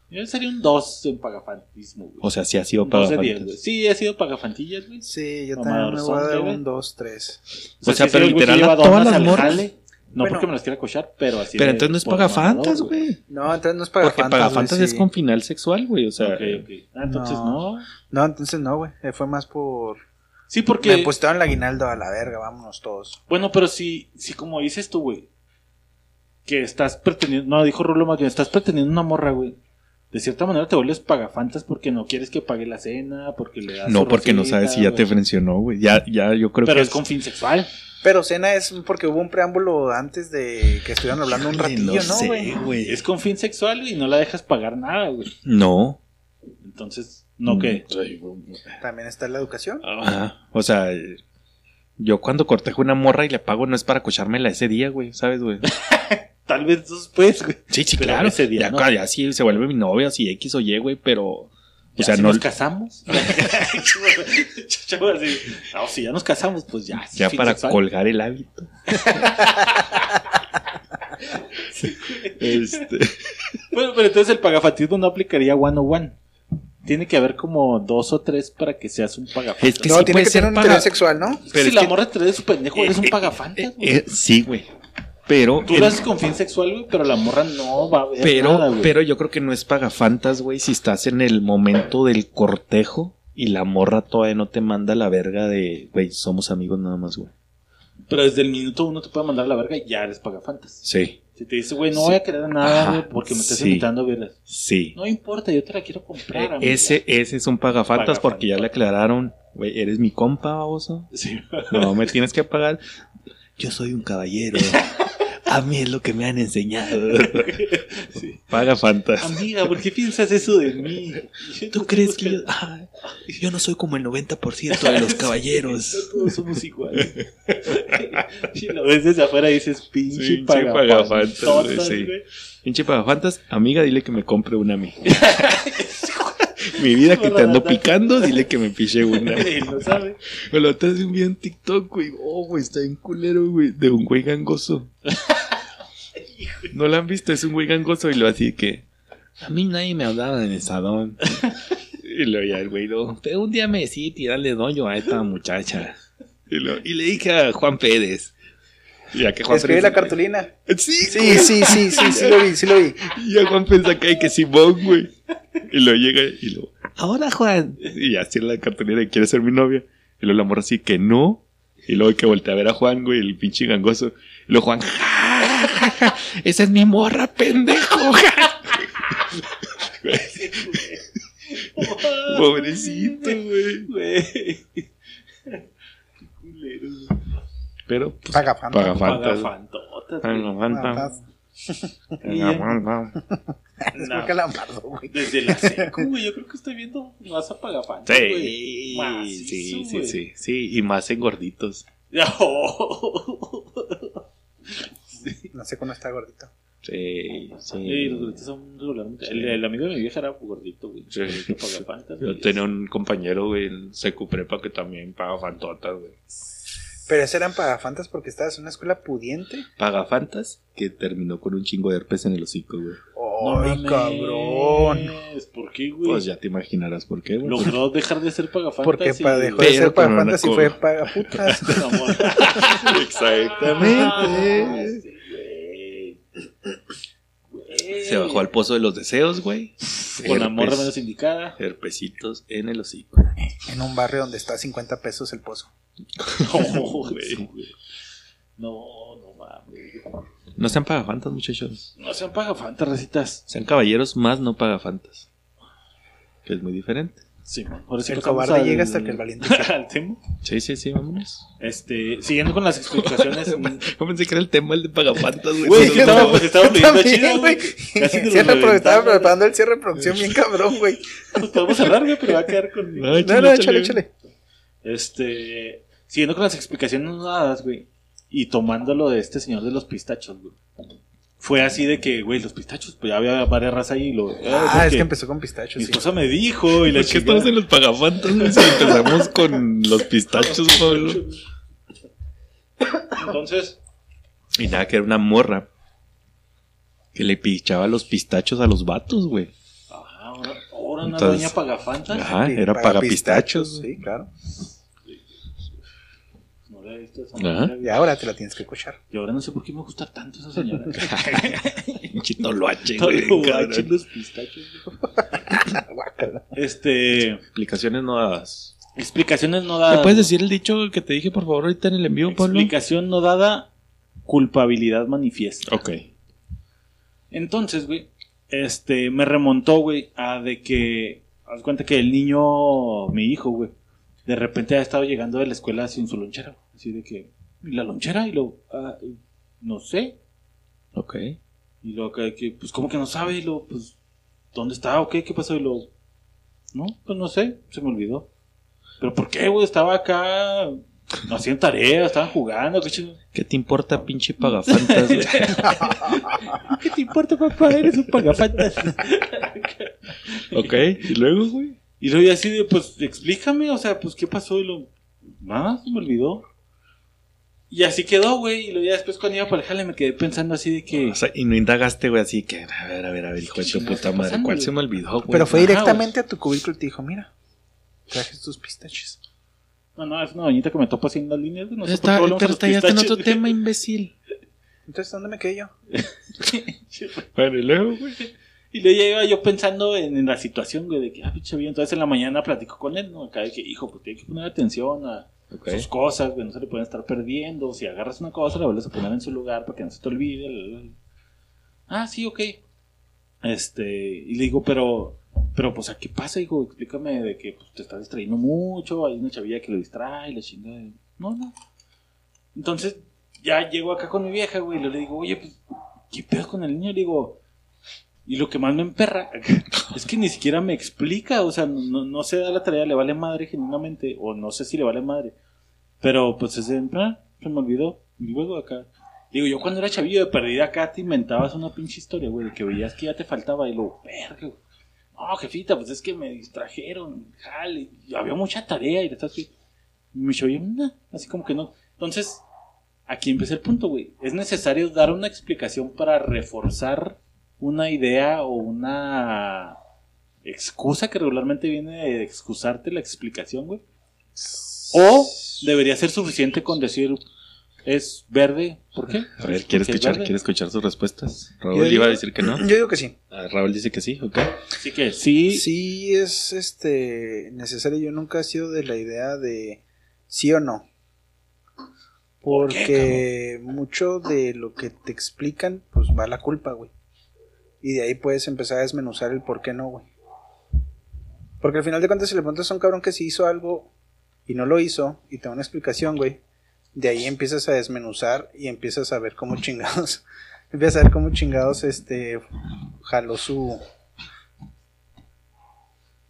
S4: Yo sería un 2 en pagafantismo, güey.
S2: O sea, sí ha sido
S4: Un dos de diez,
S2: pagafantas.
S4: güey. Sí, he sido pagafantillas, güey.
S3: Sí, yo también
S4: Mamador
S3: me voy a
S4: son,
S3: dar
S4: güey.
S3: un, dos, tres.
S2: O sea,
S4: sí
S2: pero
S4: soy el güey que
S2: literal
S4: lleva
S2: a todas
S4: donas
S2: las
S4: al
S2: morras.
S4: jale. No
S3: Bueno.
S4: porque me las quiera cochar, pero así.
S2: Pero
S4: de-
S2: entonces no es
S4: por
S2: pagafantas,
S4: mamador,
S2: güey.
S3: No, entonces no es para
S2: Porque pagafantas es con final sexual, güey. O sea, eh,
S4: Ok, ok. Ah, entonces
S3: No.
S4: no.
S3: No, entonces no, güey. Eh, Fue más por.
S4: Sí,
S3: Me
S4: porque.
S3: apostaron el aguinaldo a la verga, vámonos todos.
S4: Bueno, pero si, si como dices tú, güey, que estás pretendiendo. No, dijo Rulo más bien, estás pretendiendo una morra, güey. De cierta manera te vuelves pagafantas porque no quieres que pague la cena, porque le das.
S2: no porque no
S4: sorpresita,
S2: sabes si ya te
S4: güey.
S2: frencionó, güey. Ya, ya, yo creo
S4: Pero
S2: que.
S4: es con fin sexual.
S3: Pero cena es porque hubo un preámbulo antes de que estuvieran hablando un
S2: Híjole,
S3: ratillo,
S2: no
S3: ¿no,
S2: sé,
S3: güey?
S2: güey.
S4: Es con fin sexual y no la dejas pagar nada, güey.
S2: No.
S4: Entonces,
S2: Mm,
S4: ¿no qué?
S3: También está la educación.
S2: Ajá. Ah, O sea, eh, yo cuando cortejo una morra y le pago no es para cochármela ese día, güey. ¿Sabes, güey?
S4: Tal vez después, güey.
S2: Sí, sí,
S4: Pero
S2: claro.
S4: ese día
S2: ya,
S4: no.
S2: cua- ya sí se vuelve mi novia, si X o Y, güey, pero. O
S4: Ya,
S2: sea,
S4: si
S2: no. <laughs>
S4: nos casamos. <laughs> Chavo, así, No, si ya nos casamos, pues ya. es
S2: Ya
S4: fin
S2: para
S4: sexual.
S2: colgar el
S4: <laughs>
S2: hábito. Este,
S4: Bueno, pero entonces el pagafatismo no aplicaría one one. Tiene que haber como dos o tres para que seas un pagafantas.
S2: Es que
S4: no,
S3: no,
S2: sí
S3: tiene
S2: puede
S3: que
S2: ser
S3: tener un
S2: para-
S3: interés sexual, ¿no?
S2: pero
S4: si
S2: es
S4: la
S2: que-
S4: morra te da su pendejo, eres un pagafantas. güey.
S2: eh, sí, güey. Pero.
S4: Tú
S2: el-
S4: lo haces con fin sexual, güey, pero la morra no va a ver
S2: pero,
S4: nada, güey.
S2: pero yo creo que no es pagafantas, güey, si estás en el momento del cortejo y la morra todavía no te manda la verga de, güey, somos amigos nada más, güey.
S4: Pero desde el minuto uno te puede mandar a la verga y ya eres pagafantas.
S2: Sí,
S4: Si te dice, güey, no
S2: Sí.
S4: voy a querer nada,
S2: Ajá,
S4: güey, porque me estás
S2: sí.
S4: invitando a verlas.
S2: sí.
S4: No importa, yo te la quiero comprar.
S2: Eh,
S4: amiga.
S2: ese, ese es un pagafantas
S4: Pagafantas.
S2: porque ya le aclararon, güey, eres mi compa, baboso.
S4: <laughs> Sí.
S2: No me tienes que pagar. Yo soy un caballero. A mí es lo que me han enseñado.
S4: <laughs> Sí.
S2: Paga fantas.
S4: Amiga, ¿por qué piensas eso de mí?
S2: ¿Tú crees que yo, ah, yo no soy como el 90% de los caballeros?
S4: Todos somos <laughs> iguales. y lo ves desde afuera y dices, pinche
S2: Sí,
S4: sí,
S2: pinche pagafantas, güey, sí. Pinche paga fantas, amiga, dile que me compre una a mí. <laughs> Mi vida que te ando picando, dile que me piche una.
S4: lo sabe.
S2: Me lo atrás de un video en TikTok, güey. Oh, güey, está bien culero, güey. De un güey gangoso. No lo han visto, es un güey gangoso y lo así que. A mí nadie me hablaba en el salón. Y lo ya el güey, no. Pero un día me decidí tirarle doño a esta muchacha. Y, lo- y le dije a Juan Pérez. Y a que Juan
S3: Escribí
S2: Pérez.
S3: la cartulina.
S2: Sí,
S3: Sí, sí, sí, sí, sí, lo vi, sí lo vi.
S2: y a Juan piensa que hay que Simón, güey. Y lo llega y lo. ahora Juan. Y así en la cartonera quiere ser mi novia. Y luego la morra así que no. Y luego que voltea a ver a Juan, güey, el pinche gangoso. Y luego Juan, "Ja, ja, ja, esa es mi morra, pendejo. ja". Güey, Pobrecito, güey. Pero, pues,
S3: Paga fan.
S2: paga
S4: Paga
S2: fantas.
S4: fantotas, güey.
S2: Paga fantas.
S3: <laughs> Es
S4: No,
S3: porque la amarró, güey. <laughs>
S4: Desde la secu, güey, yo creo que estoy viendo más apagafantas, güey. <laughs>
S2: Sí,
S4: Macizo,
S2: sí, sí,
S4: güey.
S2: sí, sí, y más en gorditos.
S3: No sé cómo está gordito.
S2: Sí, sí.
S4: Ey, los gorditos son regularmente- El, el amigo de mi vieja era gordito, güey.
S2: Sí.
S4: Gordito apagafantas,
S2: Yo
S4: güey.
S2: tenía un compañero, güey, en secu prepa que también paga fantotas, güey.
S3: Pero ese eran pagafantas porque estabas en una escuela pudiente.
S2: Paga fantas que terminó con un chingo de herpes en el hocico, güey.
S4: No
S3: ¡Ay,
S4: mames,
S3: cabrón!
S4: ¿Por qué, güey?
S2: Pues ya te imaginarás por qué, güey.
S4: Logró dejar de ser pagafantas.
S3: Porque
S4: y-
S3: pa- dejó de
S2: Pero
S3: ser
S2: con una
S3: pagafantas y fue
S2: co-
S3: pagaputas.
S4: No, amor. Ah,
S2: Exactamente.
S4: sí, güey. Güey.
S2: Se bajó al pozo de los deseos, güey.
S4: Con la
S2: Herpes.
S4: morra menos
S3: <laughs>
S4: indicada.
S2: Herpesitos en el hocico.
S3: <laughs> en un barrio donde está a 50 pesos el pozo.
S4: No,
S2: güey.
S4: Oh, güey. No, no mames.
S2: No sean pagafantas, muchachos.
S4: No sean pagafantas, recitas.
S2: Sean caballeros más no pagafantas. Que es muy diferente.
S4: Sí, man. Ahora sí
S3: el
S4: pasamos
S3: cobarde
S4: al-
S3: llega hasta que el valiente.
S4: <laughs> al tema.
S2: Sí, sí, sí, vámonos.
S4: Este, siguiendo con
S3: <laughs>
S4: las explicaciones.
S2: Yo pensé que era el tema el de pagafantas, güey.
S4: Güey,
S2: Pero
S4: estaba-
S2: no,
S4: pues, estaba
S3: Yo también,
S4: leyendo chido,
S3: güey.
S4: güey. Casi te lo
S3: Cierra, pero estaba
S4: reventaba.
S3: preparando el cierre de producción bien cabrón, güey.
S4: Nos podemos cerrar, güey, pero va a quedar con.
S2: No,
S3: No, no, échale, échale.
S4: Este, siguiendo con las explicaciones dadas, güey, y tomando lo de este señor de los pistachos, güey. Fue así de que, güey, los pistachos, pues ya había varias razas ahí y lo.
S3: Ah, es que
S4: empezó.
S3: empezó con pistachos.
S4: Mi
S3: sí.
S4: esposa me dijo y la
S2: ¿Por qué
S4: chingada.
S2: estamos en los pagafantas, güey? Si empezamos con los pistachos, Pablo.
S4: Entonces,
S2: Y nada, que era una morra que le pichaba los pistachos a los vatos, güey.
S4: ajá, ahora, ahora una
S2: Entonces-
S4: doña pagafanta.
S2: Ajá, era
S3: Paga
S2: paga pistachos.
S3: Sí, claro.
S4: No la he visto esa
S2: Ajá.
S4: manera, güey.
S3: Y ahora te la tienes que escuchar.
S4: Y ahora no sé por qué me gusta tanto esa
S2: <laughs>
S4: señora.
S2: Chito lo hache,
S4: Todo
S2: güey.
S4: lo
S2: cabrón.
S4: guache, los pistachos. güey.
S3: Guácala.
S4: Este,
S2: Explicaciones no dadas.
S4: explicaciones no
S2: ¿Me
S4: dadas.
S2: puedes decir el dicho que te dije, por favor, ahorita en el envío, Pablo?
S4: Explicación no dada, culpabilidad manifiesta.
S2: Ok.
S4: Entonces, güey, este, me remontó, güey, a de que, haz cuenta que el niño, mi hijo, güey, de repente ha estado llegando de la escuela sin su lonchera, güey. así de que, ¿y la lonchera? Y lo, ah, no sé.
S2: Ok.
S4: Y lo que, que, pues, ¿cómo que no sabe? Y lo, pues, ¿dónde está? ¿O qué? ¿Qué pasó? Y lo, no, pues no sé, se me olvidó. ¿Pero por qué, güey? Estaba acá, no hacían tareas, estaban jugando, qué chido.
S2: ¿Qué te importa, pinche pagafantas, <laughs> güey?
S4: ¿Qué te importa, papá? Eres un pagafantas.
S2: ok. ¿Y luego, güey?
S4: Y luego yo así de, pues, explícame, o sea, pues, ¿qué pasó? Y lo, nada, se me olvidó. Y así quedó, güey. Y luego ya después cuando iba para el jale me quedé pensando así de que...
S2: O sea, y no indagaste, güey, así que, a ver, a ver, a ver, hijo de tu
S4: chingados
S2: puta
S4: está
S2: madre,
S4: pasando,
S2: ¿cuál
S4: güey?
S2: se me olvidó, güey?
S3: Pero fue
S4: ajá,
S3: directamente a tu cubículo y te dijo, mira, traje tus pistachos.
S4: No, no, es una doñita que me topa haciendo las líneas, güey, No sé por qué
S2: Está,
S4: volvemos a
S2: pero
S4: los
S2: está ya está en
S4: pistachos,
S2: otro
S4: güey. <laughs>
S2: tema, imbécil.
S3: Entonces, ¿dónde me quedé yo?
S2: Bueno, y luego, güey.
S4: Y luego ya iba yo pensando en, en la situación, güey, de que, ah, pinche bien. Entonces en la mañana platico con él, ¿no? Acá de que, hijo, pues tiene que poner atención a
S2: Ok.
S4: sus cosas, güey. No se le pueden estar perdiendo. Si agarras una cosa, la vuelves a poner en su lugar para que no se te olvide. la, la, la. Ah, sí, ok. Este, y le digo, pero, pero, pues, ¿a qué pasa, hijo? Explícame de que pues, te estás distrayendo mucho, hay una chavilla que lo distrae, la chingada. No, no. Entonces, ya llego acá con mi vieja, güey, y le digo, oye, pues, ¿qué pedo con el niño? Le digo, y lo que más me emperra <laughs> es que ni siquiera me explica, o sea, no, no, no se da la tarea, le vale madre genuinamente, o no sé si le vale madre, pero pues es de, ah, se me olvidó, y luego acá. Digo, yo cuando era chavillo de perdida acá te inventabas una pinche historia, güey, de que veías que ya te faltaba y luego, verga, güey. No, jefita, pues es que me distrajeron, jale, y había mucha tarea y estás que. Y me dijo, "Nah", así como que no. Entonces, aquí empieza el punto, güey. Es necesario dar una explicación para reforzar una idea o una excusa que regularmente viene de excusarte la explicación, güey. O debería ser suficiente con decir, es verde. ¿Por qué?
S2: A ver, ¿quieres
S4: Pues, Porque es
S2: escuchar,
S4: verde.
S2: ¿quieres escuchar sus respuestas?
S3: Yo
S2: Raúl
S3: digo-
S2: iba a decir que
S4: <clears throat>
S2: no.
S3: Yo digo que sí.
S2: Ah, Raúl dice que sí, ok.
S4: Así que sí,
S3: Sí es este necesario. Yo nunca he sido de la idea de sí o no. Porque mucho de lo que te explican, pues va la culpa, güey. Y de ahí puedes empezar a desmenuzar el por qué no, güey. Porque al final de cuentas, si le preguntas a un cabrón que sí hizo algo y no lo hizo, y te da una explicación, güey, de ahí empiezas a desmenuzar y empiezas a ver cómo chingados, <laughs> empiezas a ver cómo chingados, este, jaló su,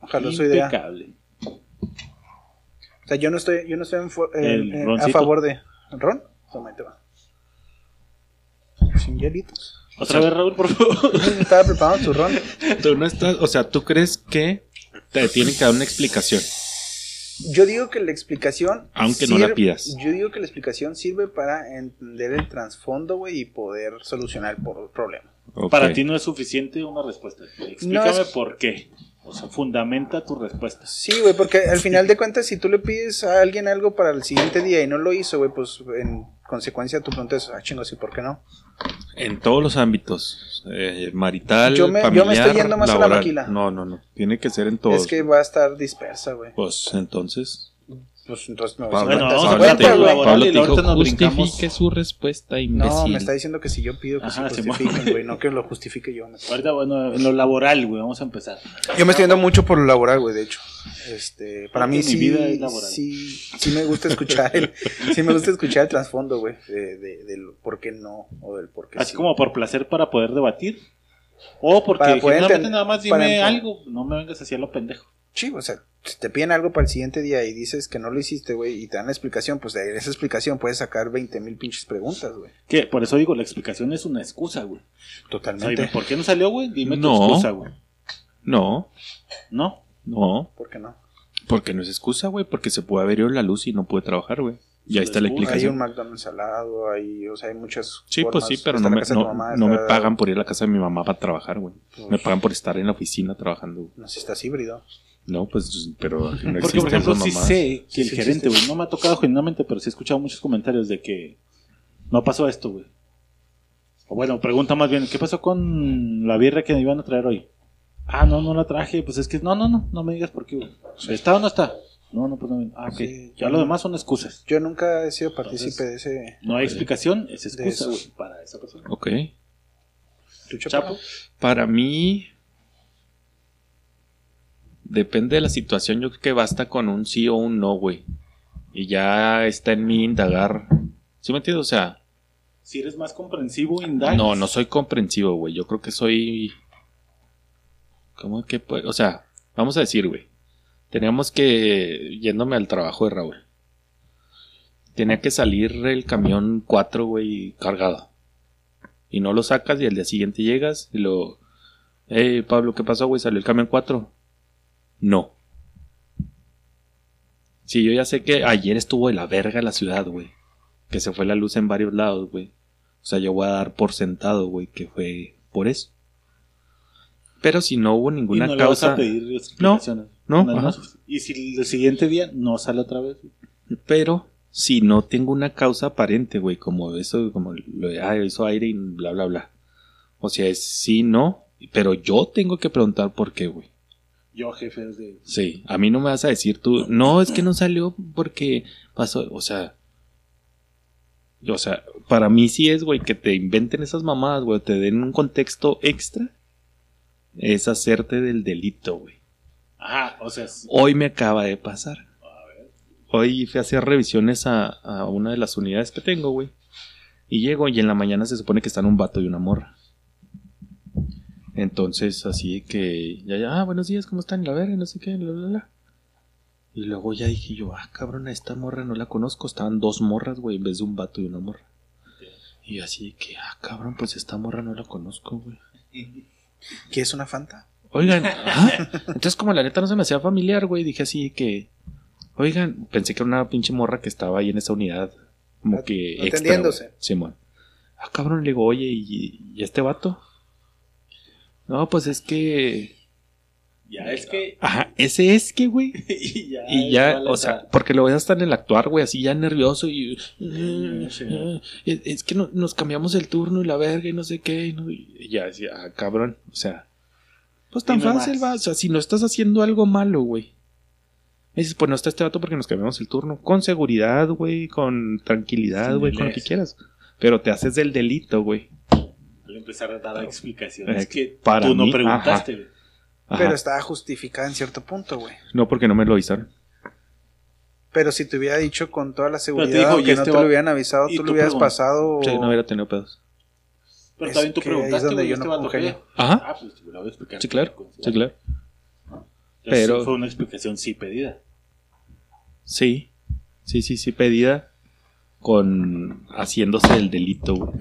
S3: jaló su idea.
S4: impecable.
S3: O sea, yo no estoy, yo no estoy en fu- en-
S4: El
S3: en- a
S4: roncito.
S3: favor de. ¿Ron? Toma, ahí te va. Sin hielitos.
S4: Otra vez, Raúl, por favor.
S3: <laughs> Estaba preparado tu ron.
S2: Tú no estás, o sea, tú crees que te tienen que dar una explicación.
S3: Yo digo que la explicación.
S2: Aunque no la pidas.
S3: Yo digo que la explicación sirve para entender el trasfondo, güey, y poder solucionar el por- problema.
S2: Ok.
S4: Para ti no es suficiente una respuesta. Explícame
S3: es-
S4: por qué. O sea, fundamenta tus respuestas.
S3: Sí, güey, porque al final de cuentas, si tú le pides a alguien algo para el siguiente día y no lo hizo, güey, pues en consecuencia tú preguntas, ah, chingos, ¿y por qué no?
S2: En todos los ámbitos, eh, marital,
S3: Yo me- yo me
S2: familiar,
S3: estoy yendo más a la
S2: laboral.
S3: maquila.
S2: No, no, no. Tiene que ser en todos.
S3: Es que va a estar dispersa, güey.
S2: Pues entonces,
S3: Pues entonces me voy a
S2: Pablo,
S4: Bueno,
S3: entonces,
S4: vamos a
S2: Pablo
S3: cuenta,
S2: te dijo,
S3: güey.
S4: laboral
S2: Pablo
S4: y
S2: te
S4: ahorita
S2: dijo,
S4: nos brincamos.
S2: justifique su respuesta, imbécil.
S3: No, me está diciendo que si yo pido que
S4: Ajá,
S3: se
S4: Simón.
S3: justifiquen, güey, no que lo justifique yo.
S4: Ahorita, bueno, en lo laboral, güey, vamos a empezar.
S3: Yo me estoy yendo mucho por lo laboral, güey, de hecho. Este, para mí
S4: Porque mi
S3: sí,
S4: vida es laboral.
S3: sí, sí me gusta escuchar el, sí me gusta escuchar el trasfondo, güey, de, de- del por qué no o del por qué
S4: Así
S3: sí.
S4: como por placer para poder debatir. O porque
S3: Para poder
S4: generalmente
S3: enten-
S4: nada más
S3: para
S4: dime
S3: enten-
S4: algo. No me vengas así a lo pendejo.
S3: Sí, o sea, si te piden algo para el siguiente día y dices que no lo hiciste, güey, y te dan la explicación, pues de esa explicación puedes sacar 20 mil pinches preguntas, güey.
S4: Que por eso digo, la explicación es una excusa, güey. O sea,
S3: Totalmente.
S4: dime, ¿por qué no salió, güey? Dime tu
S2: No.
S4: excusa, güey.
S2: No,
S4: ¿No?
S2: no.
S3: ¿Por qué no?
S2: Porque no es excusa, güey. Porque se puede haber ido la luz y no puede trabajar, güey. Y ahí está la
S4: Hay
S3: Hay
S4: un
S3: un
S2: explicación.
S3: McDonald's al lado, hay, o sea, hay muchas
S2: Sí, pues
S3: formas.
S2: sí, pero
S3: Está la
S2: no me,
S3: casa de tu
S2: no-
S3: mamá,
S2: no me
S3: está-
S2: pagan por ir a la casa de mi mamá para trabajar, güey.
S3: Pues,
S2: Me pagan por estar en la oficina trabajando, güey.
S3: No, si estás híbrido.
S2: No, pues, pero no
S4: Porque,
S2: existen
S4: por ejemplo,
S2: esas
S4: sí
S2: mamás.
S4: sé que el
S3: Sí
S4: gerente,
S3: existe.
S4: güey, no me ha tocado genuinamente, pero sí he escuchado muchos comentarios de que no pasó esto, güey. O bueno, pregunta más bien, ¿qué pasó con la birra que me iban a traer hoy? Ah, no, no la traje, pues es que no, no, no, no me digas por qué, güey. ¿Está o no está? No, no, pues no. me- Ah, ok.
S3: Sí,
S4: ya
S3: yo
S4: lo
S3: no.
S4: demás son excusas.
S3: Yo nunca he sido partícipe de ese.
S4: No hay explicación, es excusa,
S3: eso.
S4: güey, para esa persona.
S2: Ok.
S3: ¿Tú,
S4: Chapo.
S2: Para mí. Depende de la situación. Yo creo que basta con un sí o un no, güey. Y ya está en mí indagar. ¿Sí me entiendes? O sea,
S4: Si eres más comprensivo, indagas.
S2: no, no soy comprensivo, güey. Yo creo que soy. ¿Cómo que puede? O sea, vamos a decir, güey. Teníamos que. Yéndome al trabajo de Raúl. Tenía que salir el camión 4, güey, cargado. Y no lo sacas y al día siguiente llegas y lo. Hey, Eh, Pablo, ¿qué pasó, güey? ¿Salió el camión 4? No. Sí, yo ya sé que ayer estuvo de la verga la ciudad, güey. Que se fue la luz en varios lados, güey. O sea, yo voy a dar por sentado, güey, que fue por eso. Pero si no hubo
S4: Y
S2: ninguna
S4: no le vas
S2: causa.
S4: a pedir explicaciones.
S2: no,
S4: Nada
S2: ajá.
S4: más. Y si el siguiente día no sale otra vez,
S2: Pero si no tengo una causa aparente, güey, como eso, como lo de, ah, hizo aire y bla, bla, bla. O sea, es sí, no, pero yo tengo que preguntar por qué, güey.
S4: yo jefe de...
S2: Sí, a mí no me vas a decir tú, no, es que no salió porque pasó, o sea. O sea, para mí sí es, güey, que te inventen esas mamadas, güey, te den un contexto extra, es hacerte del delito, güey.
S4: Ajá, o sea, <laughs> es-
S2: Hoy me acaba de pasar. Hoy fui a hacer revisiones a, a una de las unidades que tengo, güey. Y llego y en la mañana se supone que están un vato y una morra. Entonces, así que ya, ya, ah, buenos días, ¿cómo están? Y La verga, no sé qué, bla, bla, bla. Y luego ya dije yo, ah, cabrón, a esta morra no la conozco. Estaban dos morras, güey, en vez de un vato y una morra. Y yo así que, ah, cabrón, pues esta morra no la conozco, güey.
S3: ¿Qué es una Fanta?
S2: Oigan, ah, entonces como la neta no se me hacía familiar, güey, dije así que, oigan, pensé que era una pinche morra que estaba ahí en esa unidad, como que extra, güey.
S3: Atendiéndose.
S2: Simón. Ah, cabrón, le digo, oye, ¿y, y este vato? No, pues es que
S4: Ya
S2: <laughs>
S4: es que.
S2: Ajá, ese es que, güey.
S4: Y ya,
S2: Y ya, o sea, porque lo ves hasta en el actuar, güey, así ya nervioso y...
S4: Mm,
S2: "Ah,
S4: sí.
S2: es, es que no- nos cambiamos el turno y la verga y no sé qué. Y, no- y ya decía, ah, cabrón, o sea... Pues tan
S4: Dime
S2: fácil,
S4: más.
S2: va, o sea, si no estás haciendo algo malo, güey. Me dices, pues no está este vato porque nos cambiamos el turno. Con seguridad, güey, con tranquilidad,
S4: Sin
S2: güey, con lo que
S4: inglés.
S2: quieras. Pero te haces del delito, güey.
S4: Al empezar a dar explicaciones
S2: Eh,
S4: que
S2: para
S4: tú no
S2: mí,
S4: preguntaste, güey.
S2: Ajá.
S3: Pero estaba justificada en cierto punto, güey.
S2: No porque no me lo avisaron.
S3: Pero si te hubiera dicho con toda la seguridad
S4: dijo,
S3: o
S4: "Y
S3: que no
S4: este
S3: te lo
S4: va-
S3: hubieran avisado,
S4: y
S3: tú
S4: tú
S3: lo hubieras
S4: pregunta". Oh.
S3: pasado.
S2: Sí, no hubiera tenido pedos.
S4: Pero
S3: Es
S4: también tú
S3: que ahí es
S4: preguntaste,
S3: donde
S4: güey,
S3: yo
S4: este
S3: no
S4: vato
S3: congenio.
S4: qué.
S2: Ajá.
S4: Ah, pues te lo voy a explicar.
S2: Sí, claro. Sí, claro.
S4: Entonces,
S2: Pero-
S4: Fue una explicación sí pedida.
S2: Sí, sí, sí, sí, pedida con haciéndose el delito, güey.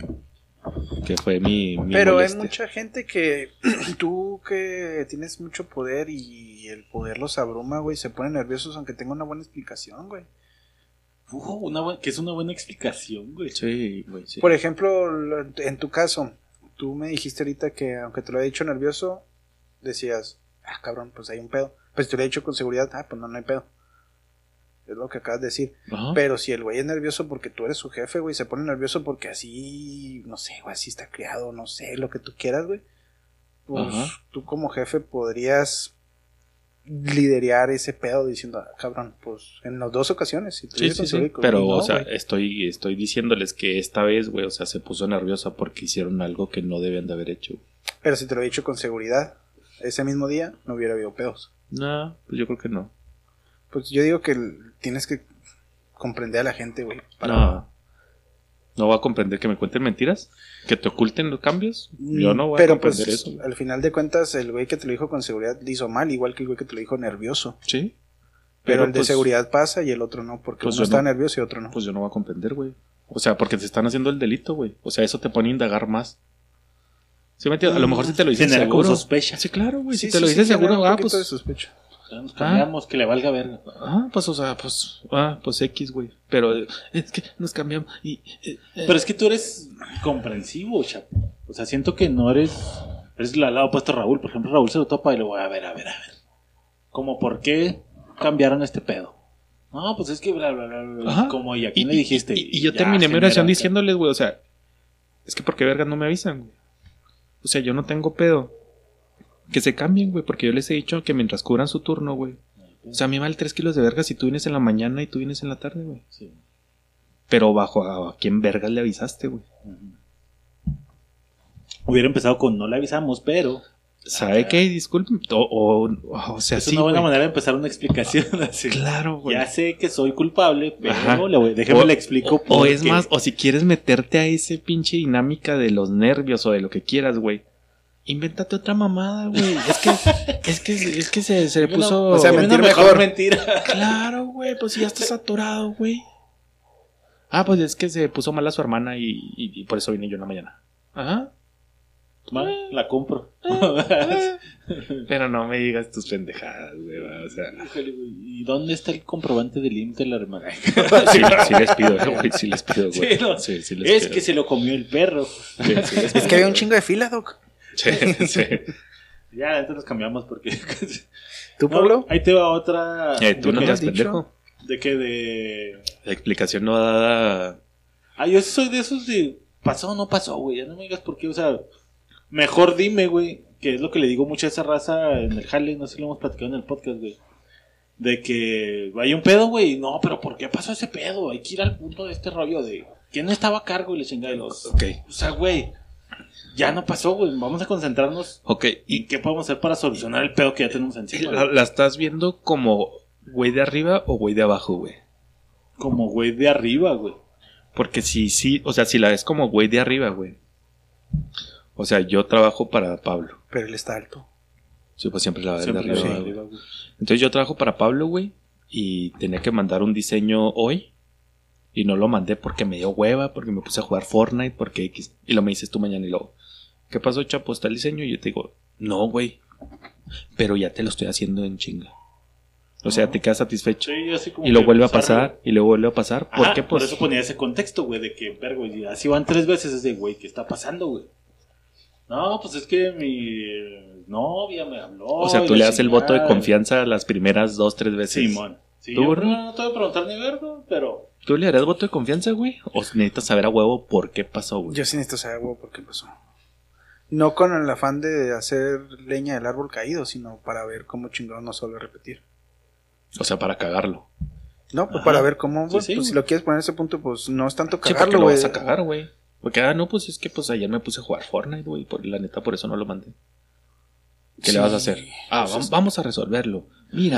S2: Que fue mi, mi
S3: Pero hay
S2: molestia.
S3: mucha gente que <clears throat> tú que tienes mucho poder y el poder los abruma, güey, se ponen nerviosos aunque tenga una buena explicación, güey.
S4: Ujú, una buen- que es una buena explicación, güey.
S2: Sí, güey, sí.
S3: Por ejemplo, lo- en tu caso, tú me dijiste ahorita que aunque te lo había dicho nervioso, decías, ah, cabrón, pues hay un pedo. Pues te lo he dicho con seguridad, ah, pues no, no hay pedo. Es lo que acabas de decir.
S2: Ajá.
S3: Pero si el güey es nervioso porque tú eres su jefe, güey, se pone nervioso porque así, no sé, güey, así está criado, no sé, lo que tú quieras, güey. Pues
S2: Ajá.
S3: tú como jefe podrías liderar ese pedo diciendo, ah, cabrón, pues en las dos ocasiones. Si tú
S2: Sí,
S3: eres
S2: sí, sí.
S3: conservador,
S2: Pero,
S3: no,
S2: o sea,
S3: güey.
S2: estoy, estoy diciéndoles que esta vez, güey, o sea, se puso nerviosa porque hicieron algo que no debían de haber hecho. güey.
S3: pero si te lo he dicho con seguridad, ese mismo día no hubiera habido pedos.
S2: No, pues yo creo que no.
S3: Pues yo digo que el- tienes que comprender a la gente, güey. para-
S2: No. No va a comprender que me cuenten mentiras, que te oculten los cambios. Yo no voy
S3: pero
S2: a comprender
S3: pues,
S2: eso. güey.
S3: Al final de cuentas, el güey que te lo dijo con seguridad le hizo mal, igual que el güey que te lo dijo nervioso.
S2: Sí.
S3: Pero, el de
S2: pues-
S3: seguridad pasa y el otro no, porque
S2: pues
S3: uno
S2: yo
S3: está
S2: no.
S3: nervioso y otro no.
S2: Pues yo no voy a comprender, güey. O sea, porque te están haciendo el delito, güey. O sea, eso te pone a indagar más. ¿Sí me entiendes? A lo mejor si te lo dicen
S4: Genera como
S2: seguro.
S4: sospecha.
S2: Sí, claro, güey. si
S3: Sí,
S2: te
S3: sí,
S2: lo
S3: sí,
S2: dicen
S3: genera
S2: seguro,
S3: un
S2: ah,
S3: poquito de
S2: pues.
S3: sospecha.
S4: Nos cambiamos, que le valga verga.
S2: Ah, pues, o sea, pues. Ah, pues X, güey. Pero eh, es que nos cambiamos. Y, eh, eh,
S4: Pero es que tú eres comprensivo, chapo. O sea, siento que no eres. Eres la lado opuesto a Raúl. Por ejemplo, Raúl se lo topa y le voy a ver, a ver, a ver. Como, ¿por qué cambiaron este pedo? No, pues es que bla, bla, bla, bla.
S2: Ajá.
S4: Como, ¿y a
S2: y-
S4: quién le dijiste?
S2: Y, y yo
S4: Ya
S2: terminé mi
S4: genera,
S2: oración
S4: claro.
S2: diciéndoles, güey, o sea. Es que porque verga no me avisan, güey. O sea, yo no tengo pedo. Que se cambien, güey, porque yo les he dicho que mientras cubran su turno, güey. O sea, a mí me vale 3 kilos de verga si tú vienes en la mañana y tú vienes en la tarde, güey.
S4: Sí.
S2: Pero bajo a, a quién vergas le avisaste, güey.
S4: Hubiera empezado con no le avisamos, pero.
S2: ¿Sabe
S4: Ah.
S2: qué? Disculpen. O, o, o sea,
S4: es
S2: sí,
S4: una buena
S2: güey.
S4: manera de empezar una explicación <laughs> así.
S2: Claro, güey.
S4: Ya sé que soy culpable, pero
S2: Ajá.
S4: le voy- déjeme
S2: O-
S4: le explico.
S2: O, o
S4: por
S2: es
S4: qué.
S2: más, o si quieres meterte a ese pinche dinámica de los nervios o de lo que quieras, güey. Invéntate otra mamada, güey. Es
S4: <laughs>
S2: que, es que, es que se, se le
S4: Dime una-
S2: puso.
S3: o sea,
S4: dime una
S3: mentir mejor.
S4: <laughs> mentira.
S2: Claro, güey, pues si ya está saturado, güey. Ah, pues es que se puso mala su hermana y, y- y por eso vine yo en la mañana. Ajá.
S4: Ma, la compro. eh.
S2: Pero no me digas tus pendejadas, güey. va, O sea.
S4: <laughs> Híjole, güey, ¿Y dónde está el comprobante del límite de la <laughs> hermana?
S2: Sí, sí les pido, eh, güey. Sí les pido, güey.
S4: Sí, no.
S2: Sí, sí les
S4: Es
S2: pido.
S4: que se lo comió el perro.
S2: Sí, sí les
S3: Es que
S2: pido,
S3: había un
S2: güey.
S3: chingo de fila, Doc.
S2: Sí,
S3: <laughs>
S2: sí.
S4: Ya, entonces nos cambiamos porque. <laughs>
S3: ¿Tú,
S4: No,
S3: Pablo?
S4: ahí te va otra.
S2: Eh, tú
S4: de
S2: no
S4: que-
S2: te has
S3: dicho?
S2: pendejo.
S4: De que de.
S2: La explicación no da.
S4: Ah, yo soy de esos de. Pasó o no pasó, güey. Ya no me digas por qué. O sea, mejor dime, güey. Que es lo que le digo mucho a esa raza en el jale. No sé si lo hemos platicado en el podcast, güey. De que hay un pedo, güey. No, pero ¿por qué pasó ese pedo? Hay que ir al punto de este rollo de. ¿Quién estaba a cargo y le chingada de los.?
S2: Ok.
S4: O sea, güey. Ya no pasó, güey. Vamos a concentrarnos
S2: Ok.
S4: ¿Y qué podemos hacer para solucionar el pedo que ya tenemos
S2: ¿Y
S4: encima?
S2: la,
S4: güey?
S2: la estás viendo como güey de arriba o güey de abajo, güey?
S4: Como güey de arriba, güey.
S2: Porque si sí, o sea, si la ves como güey de arriba, güey. O sea, yo trabajo para Pablo.
S3: Pero él está alto.
S2: Sí, pues siempre la ves
S4: Siempre
S2: de
S4: la
S2: arriba.
S4: de
S2: güey.
S4: arriba, güey.
S2: Entonces yo trabajo para Pablo, güey, y tenía que mandar un diseño hoy. Y no lo mandé porque me dio hueva, porque me puse a jugar Fortnite, porque X. Y lo me dices tú mañana y luego, ¿qué pasó, chapo? ¿Está el diseño? Y yo te digo, no, güey. Pero ya te lo estoy haciendo en chinga. O sea,
S4: Ajá.
S2: te quedas satisfecho.
S4: Sí, yo así como
S2: Y lo
S4: que
S2: vuelve a
S4: pensar,
S2: pasar, y lo vuelve a pasar.
S4: güey.
S2: ¿Por
S4: Ajá,
S2: qué?
S4: Por
S2: Pues,
S4: eso ponía ese contexto, güey, de que, verga, güey, así van tres veces, es de, güey, ¿qué está pasando, güey? No, pues es que mi novia me habló.
S2: O sea,
S4: y
S2: tú
S4: la
S2: le das el
S4: chingada.
S2: voto de confianza las primeras dos, tres veces.
S4: Simón. Sí,
S2: ¿Tú,
S4: yo,
S2: Bernie?
S4: no, no te voy a preguntar ni vergo, pero.
S2: ¿Tú le darías voto de confianza, güey? ¿O necesitas saber a huevo por qué pasó, güey?
S3: Yo sí necesito saber, güey, por qué pasó. No con el afán de hacer leña del árbol caído, sino para ver cómo chingón no se vuelve a repetir.
S2: O sea, para cagarlo.
S3: No, pues
S2: Ajá.
S3: para ver cómo,
S4: Sí,
S3: güey,
S4: sí,
S3: pues,
S4: güey.
S3: si lo quieres poner a ese punto, pues no es tanto
S2: Sí, ¿para qué
S3: cagarlo,
S2: lo
S3: güey.
S2: vas a cagar, güey? Porque, ah, no, pues es que pues ayer me puse a jugar Fortnite, güey. Por, la neta, por eso no lo mandé.
S3: Sí.
S2: ¿Qué le vas a hacer? Ah, vam-
S3: Pues es-
S2: vamos a resolverlo. Mira,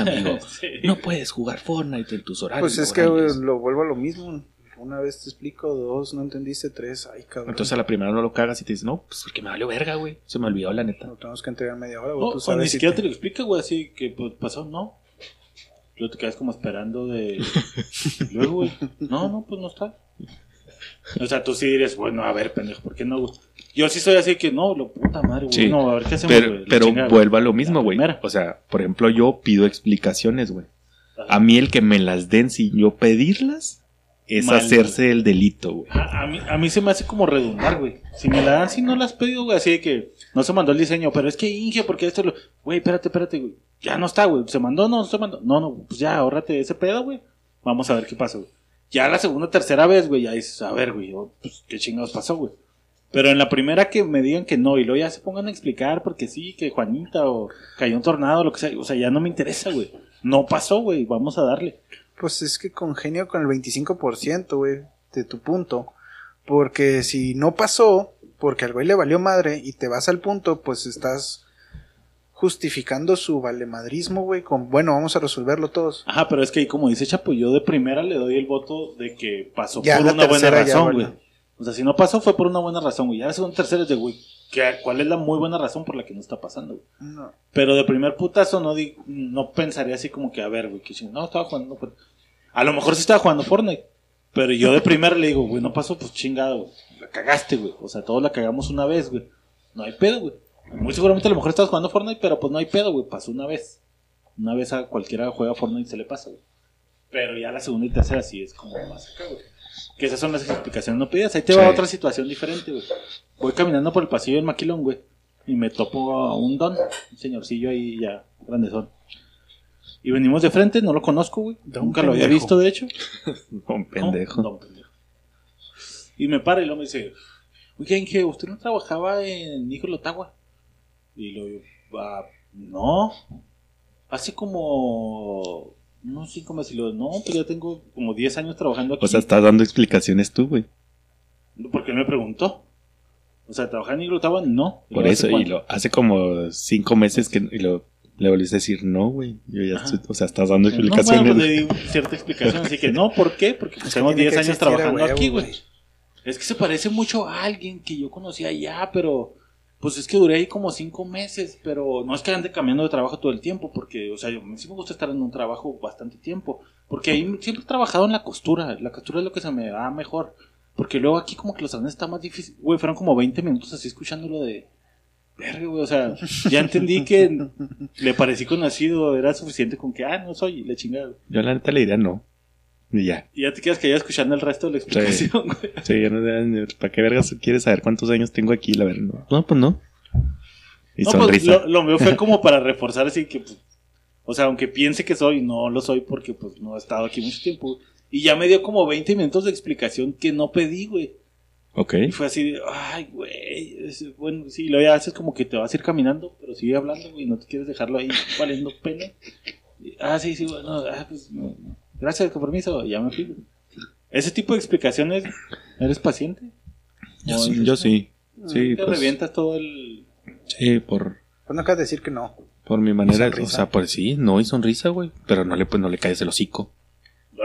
S3: <laughs>
S2: amigo,
S4: Sí.
S2: no puedes jugar Fortnite en tus horarios.
S3: Pues es que güey,
S2: laborales.
S3: lo vuelvo a lo mismo. Una vez te explico, dos, no entendiste, tres, ay cabrón.
S2: Entonces a la primera no lo cagas y te dices, no, pues porque me valió verga, güey. Se me olvidó, la neta.
S3: Lo tenemos que entregar en media hora, güey.
S4: No,
S3: tú
S4: o ni
S3: sabes si
S4: siquiera
S3: te-
S4: te lo explica, güey, así que pues, pasó, no. Luego te quedas como
S3: <laughs>
S4: esperando de. Luego, güey. No, no, pues no está. O sea, tú sí dirías, bueno, a ver, pendejo, ¿por qué no, güey? Yo sí soy así que no, lo puta madre, güey.
S2: Sí,
S4: No, a ver qué hacemos,
S2: Pero,
S4: güey, la
S2: pero
S4: chingada, güey.
S2: vuelva a lo mismo,
S4: La
S2: güey.
S4: primera.
S2: O sea, por ejemplo, yo pido explicaciones, güey.
S4: Ajá.
S2: A mí el que me las den sin yo pedirlas es
S4: Mal,
S2: hacerse el delito, güey. <laughs>
S4: A, a mí, a mí se me hace como redundar, güey. Si me la dan, si no la has pedido, güey, así de que no se mandó el diseño, pero es que Inge, porque esto lo. Güey, espérate, espérate, güey. Ya no está, güey. ¿Se mandó? No, no se mandó. No, no, pues ya, ahórrate ese pedo, güey. Vamos a ver qué pasa, güey. Ya la segunda, tercera vez, güey, ya dices, a ver, güey, oh, pues, qué chingados pasó, güey. Pero en la primera que me digan que no, y luego ya se pongan a explicar porque sí, que Juanita o cayó un tornado, lo que sea, o sea, ya no me interesa, güey. No pasó, güey, vamos a darle.
S3: Pues es que congenio con el 25%, güey, de tu punto. Porque si no pasó, porque al güey le valió madre y te vas al punto, pues estás justificando su valemadrismo, güey, con bueno, vamos a resolverlo todos.
S4: Ajá, pero es que ahí como dice Chapo, yo de primera le doy el voto de que pasó
S3: Ya,
S4: por
S3: la
S4: una buena
S3: tercera ya,
S4: razón, güey.
S3: bueno.
S4: O sea, si no pasó fue por una buena razón, güey. Ya la segunda tercera es de, güey, ¿qué- ¿cuál es la muy buena razón por la que no está pasando, güey?
S3: No.
S4: Pero de primer putazo no di- no pensaría así como que, a ver, güey, que ching- no, estaba jugando Fortnite. A lo mejor sí estaba jugando Fortnite. Pero yo de primera le digo, güey, no pasó, pues chingado, güey. La cagaste, güey. O sea, todos la cagamos una vez, güey. No hay pedo, güey. Muy seguramente a lo mejor estabas jugando Fortnite, pero pues no hay pedo, güey. Pasó una vez. Una vez a cualquiera que juega Fortnite se le pasa, güey. Pero ya la segunda y tercera sí es como más acá, güey. Que esas son las explicaciones no pedidas. Ahí te va
S2: Sí.
S4: otra situación diferente, güey. Voy caminando por el pasillo del maquilón, güey. Y me topo a un don, un señorcillo ahí ya, grandezón. Y venimos de frente, no lo conozco, güey.
S3: Don
S4: Nunca lo había
S3: pendejo.
S4: visto, de hecho.
S2: Un
S4: ¿no?
S2: pendejo.
S4: Don pendejo. Y me para y luego me dice, oiga, Inge, ¿usted no trabajaba en Hijo Lotagua? Y lo yo, "Ah, no. Hace como unos cinco meses. Y lo, no, pero ya tengo como 10 años trabajando aquí.
S2: O sea, estás dando explicaciones tú, güey.
S4: Porque él me preguntó. O sea, ¿trabajaba en Hijo Lotagua? No. Y
S2: Por
S4: luego,
S2: eso,
S4: "¿Hace
S2: y
S4: cuánto?".
S2: lo hace como cinco meses que y lo, le volviste a decir, no, güey. Yo ya
S4: Ajá.
S2: estoy- o sea, estás dando
S4: Ah. No, bueno,
S2: explicaciones.
S4: pues le di cierta explicación. Así
S2: <laughs>
S4: que, no, ¿por qué? Porque
S3: Es que
S4: tenemos
S3: tiene
S4: 10
S3: que
S4: años
S3: existir,
S4: trabajando
S3: güey,
S4: aquí,
S3: güey.
S4: güey. Es que se parece mucho a alguien que yo conocía allá, pero pues es que duré ahí como cinco meses, pero no es que ande cambiando de trabajo todo el tiempo, porque, o sea, yo, sí me gusta estar en un trabajo bastante tiempo, porque ahí siempre he trabajado en la costura, la costura es lo que se me da mejor, porque luego aquí como que los salones está más difícil, güey, fueron como 20 minutos así escuchándolo de... Verga, güey, o sea, ya entendí que le parecí conocido, era suficiente con que, ah, no soy, le chingada.
S2: Yo la neta le diría no. Y ya.
S4: Y ya te quedas callado escuchando el resto de la explicación, güey.
S2: Sí, yo no sé, ni- ¿Para qué vergas quieres saber cuántos años tengo aquí? La verdad, no. No, pues no. Y
S4: No, pues,
S2: sonrisa.
S4: lo, lo
S2: <laughs>
S4: mío fue como para reforzar así que, pues, o sea, aunque piense que soy, no lo soy porque pues no he estado aquí mucho tiempo. Y ya me dio como 20 minutos de explicación que no pedí, güey.
S2: Ok.
S4: Y fue así, de, ay, güey. es- Bueno, sí, lo ya haces como que te vas a ir caminando, pero sigue hablando, güey. No te quieres dejarlo ahí valiendo pena. Y, Ah, sí, sí, bueno. ah, pues, no, no. gracias, con permiso. Ya me fui. güey. Ese tipo de explicaciones, ¿eres paciente?
S2: Yo,
S4: ¿O
S2: sí,
S4: eres-
S2: yo sí. Sí,
S4: Te
S2: pues,
S4: revientas todo el...
S2: sí, por,
S3: Pues no acabas de decir que no.
S2: por mi manera.
S3: sonrisa.
S2: O sea, por sí, no y sonrisa, güey. Pero no le, pues, no le caes el hocico.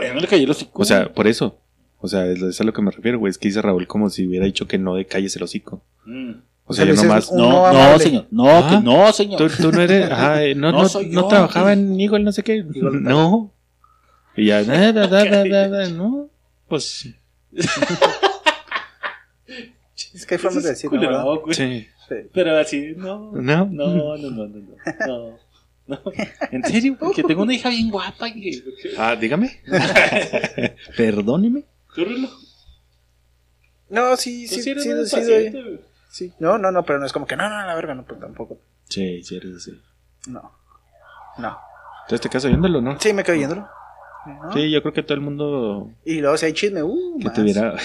S4: Ay, no le cayó el hocico.
S2: O sea, por eso. O sea, es, es a lo que me refiero, güey. Es que dice Raúl como si hubiera dicho que no de calles el hocico. O
S4: Mm.
S2: sea,
S3: O sea, le
S2: yo
S3: dices,
S2: nomás.
S3: un- no amable.
S4: No,
S2: Ah.
S4: no, señor.
S2: Tú, tú no <laughs> eres. Ajá, eh, no,
S4: No
S2: no,
S4: soy
S2: no
S4: yo,
S2: trabajaba
S4: güey.
S2: en Eagle, no sé qué.
S3: Eagle,
S2: no. Y ya, da, da, da, da, da, da, no. Pues.
S3: Es que hay
S4: Eso
S3: formas de
S4: es
S3: decir no,
S4: culerado,
S3: ¿verdad?
S4: güey.
S2: Sí.
S3: Sí.
S4: Pero así, no.
S2: No.
S4: No, no, no, no, no. no. No. En serio, porque tengo una hija bien guapa. güey.
S2: Ah, <laughs> dígame. Perdóneme.
S4: Córrelo.
S3: No, sí,
S4: Tú
S3: sí,
S4: sí
S3: sí,
S4: eres
S3: sí,
S4: Pues menos
S3: sí, doy-
S4: paciente, güey.
S3: Sí. No, no, no, pero no es como que no, no, la verga, no, pues tampoco.
S2: Sí, sí, eres así.
S3: No. No.
S2: Entonces te quedas oyéndolo, ¿no?
S3: Sí, me quedo yéndolo. ¿no?
S2: Sí, yo creo que todo el mundo
S3: Y luego si hay chisme, uh,
S2: que
S3: más.
S2: te viera.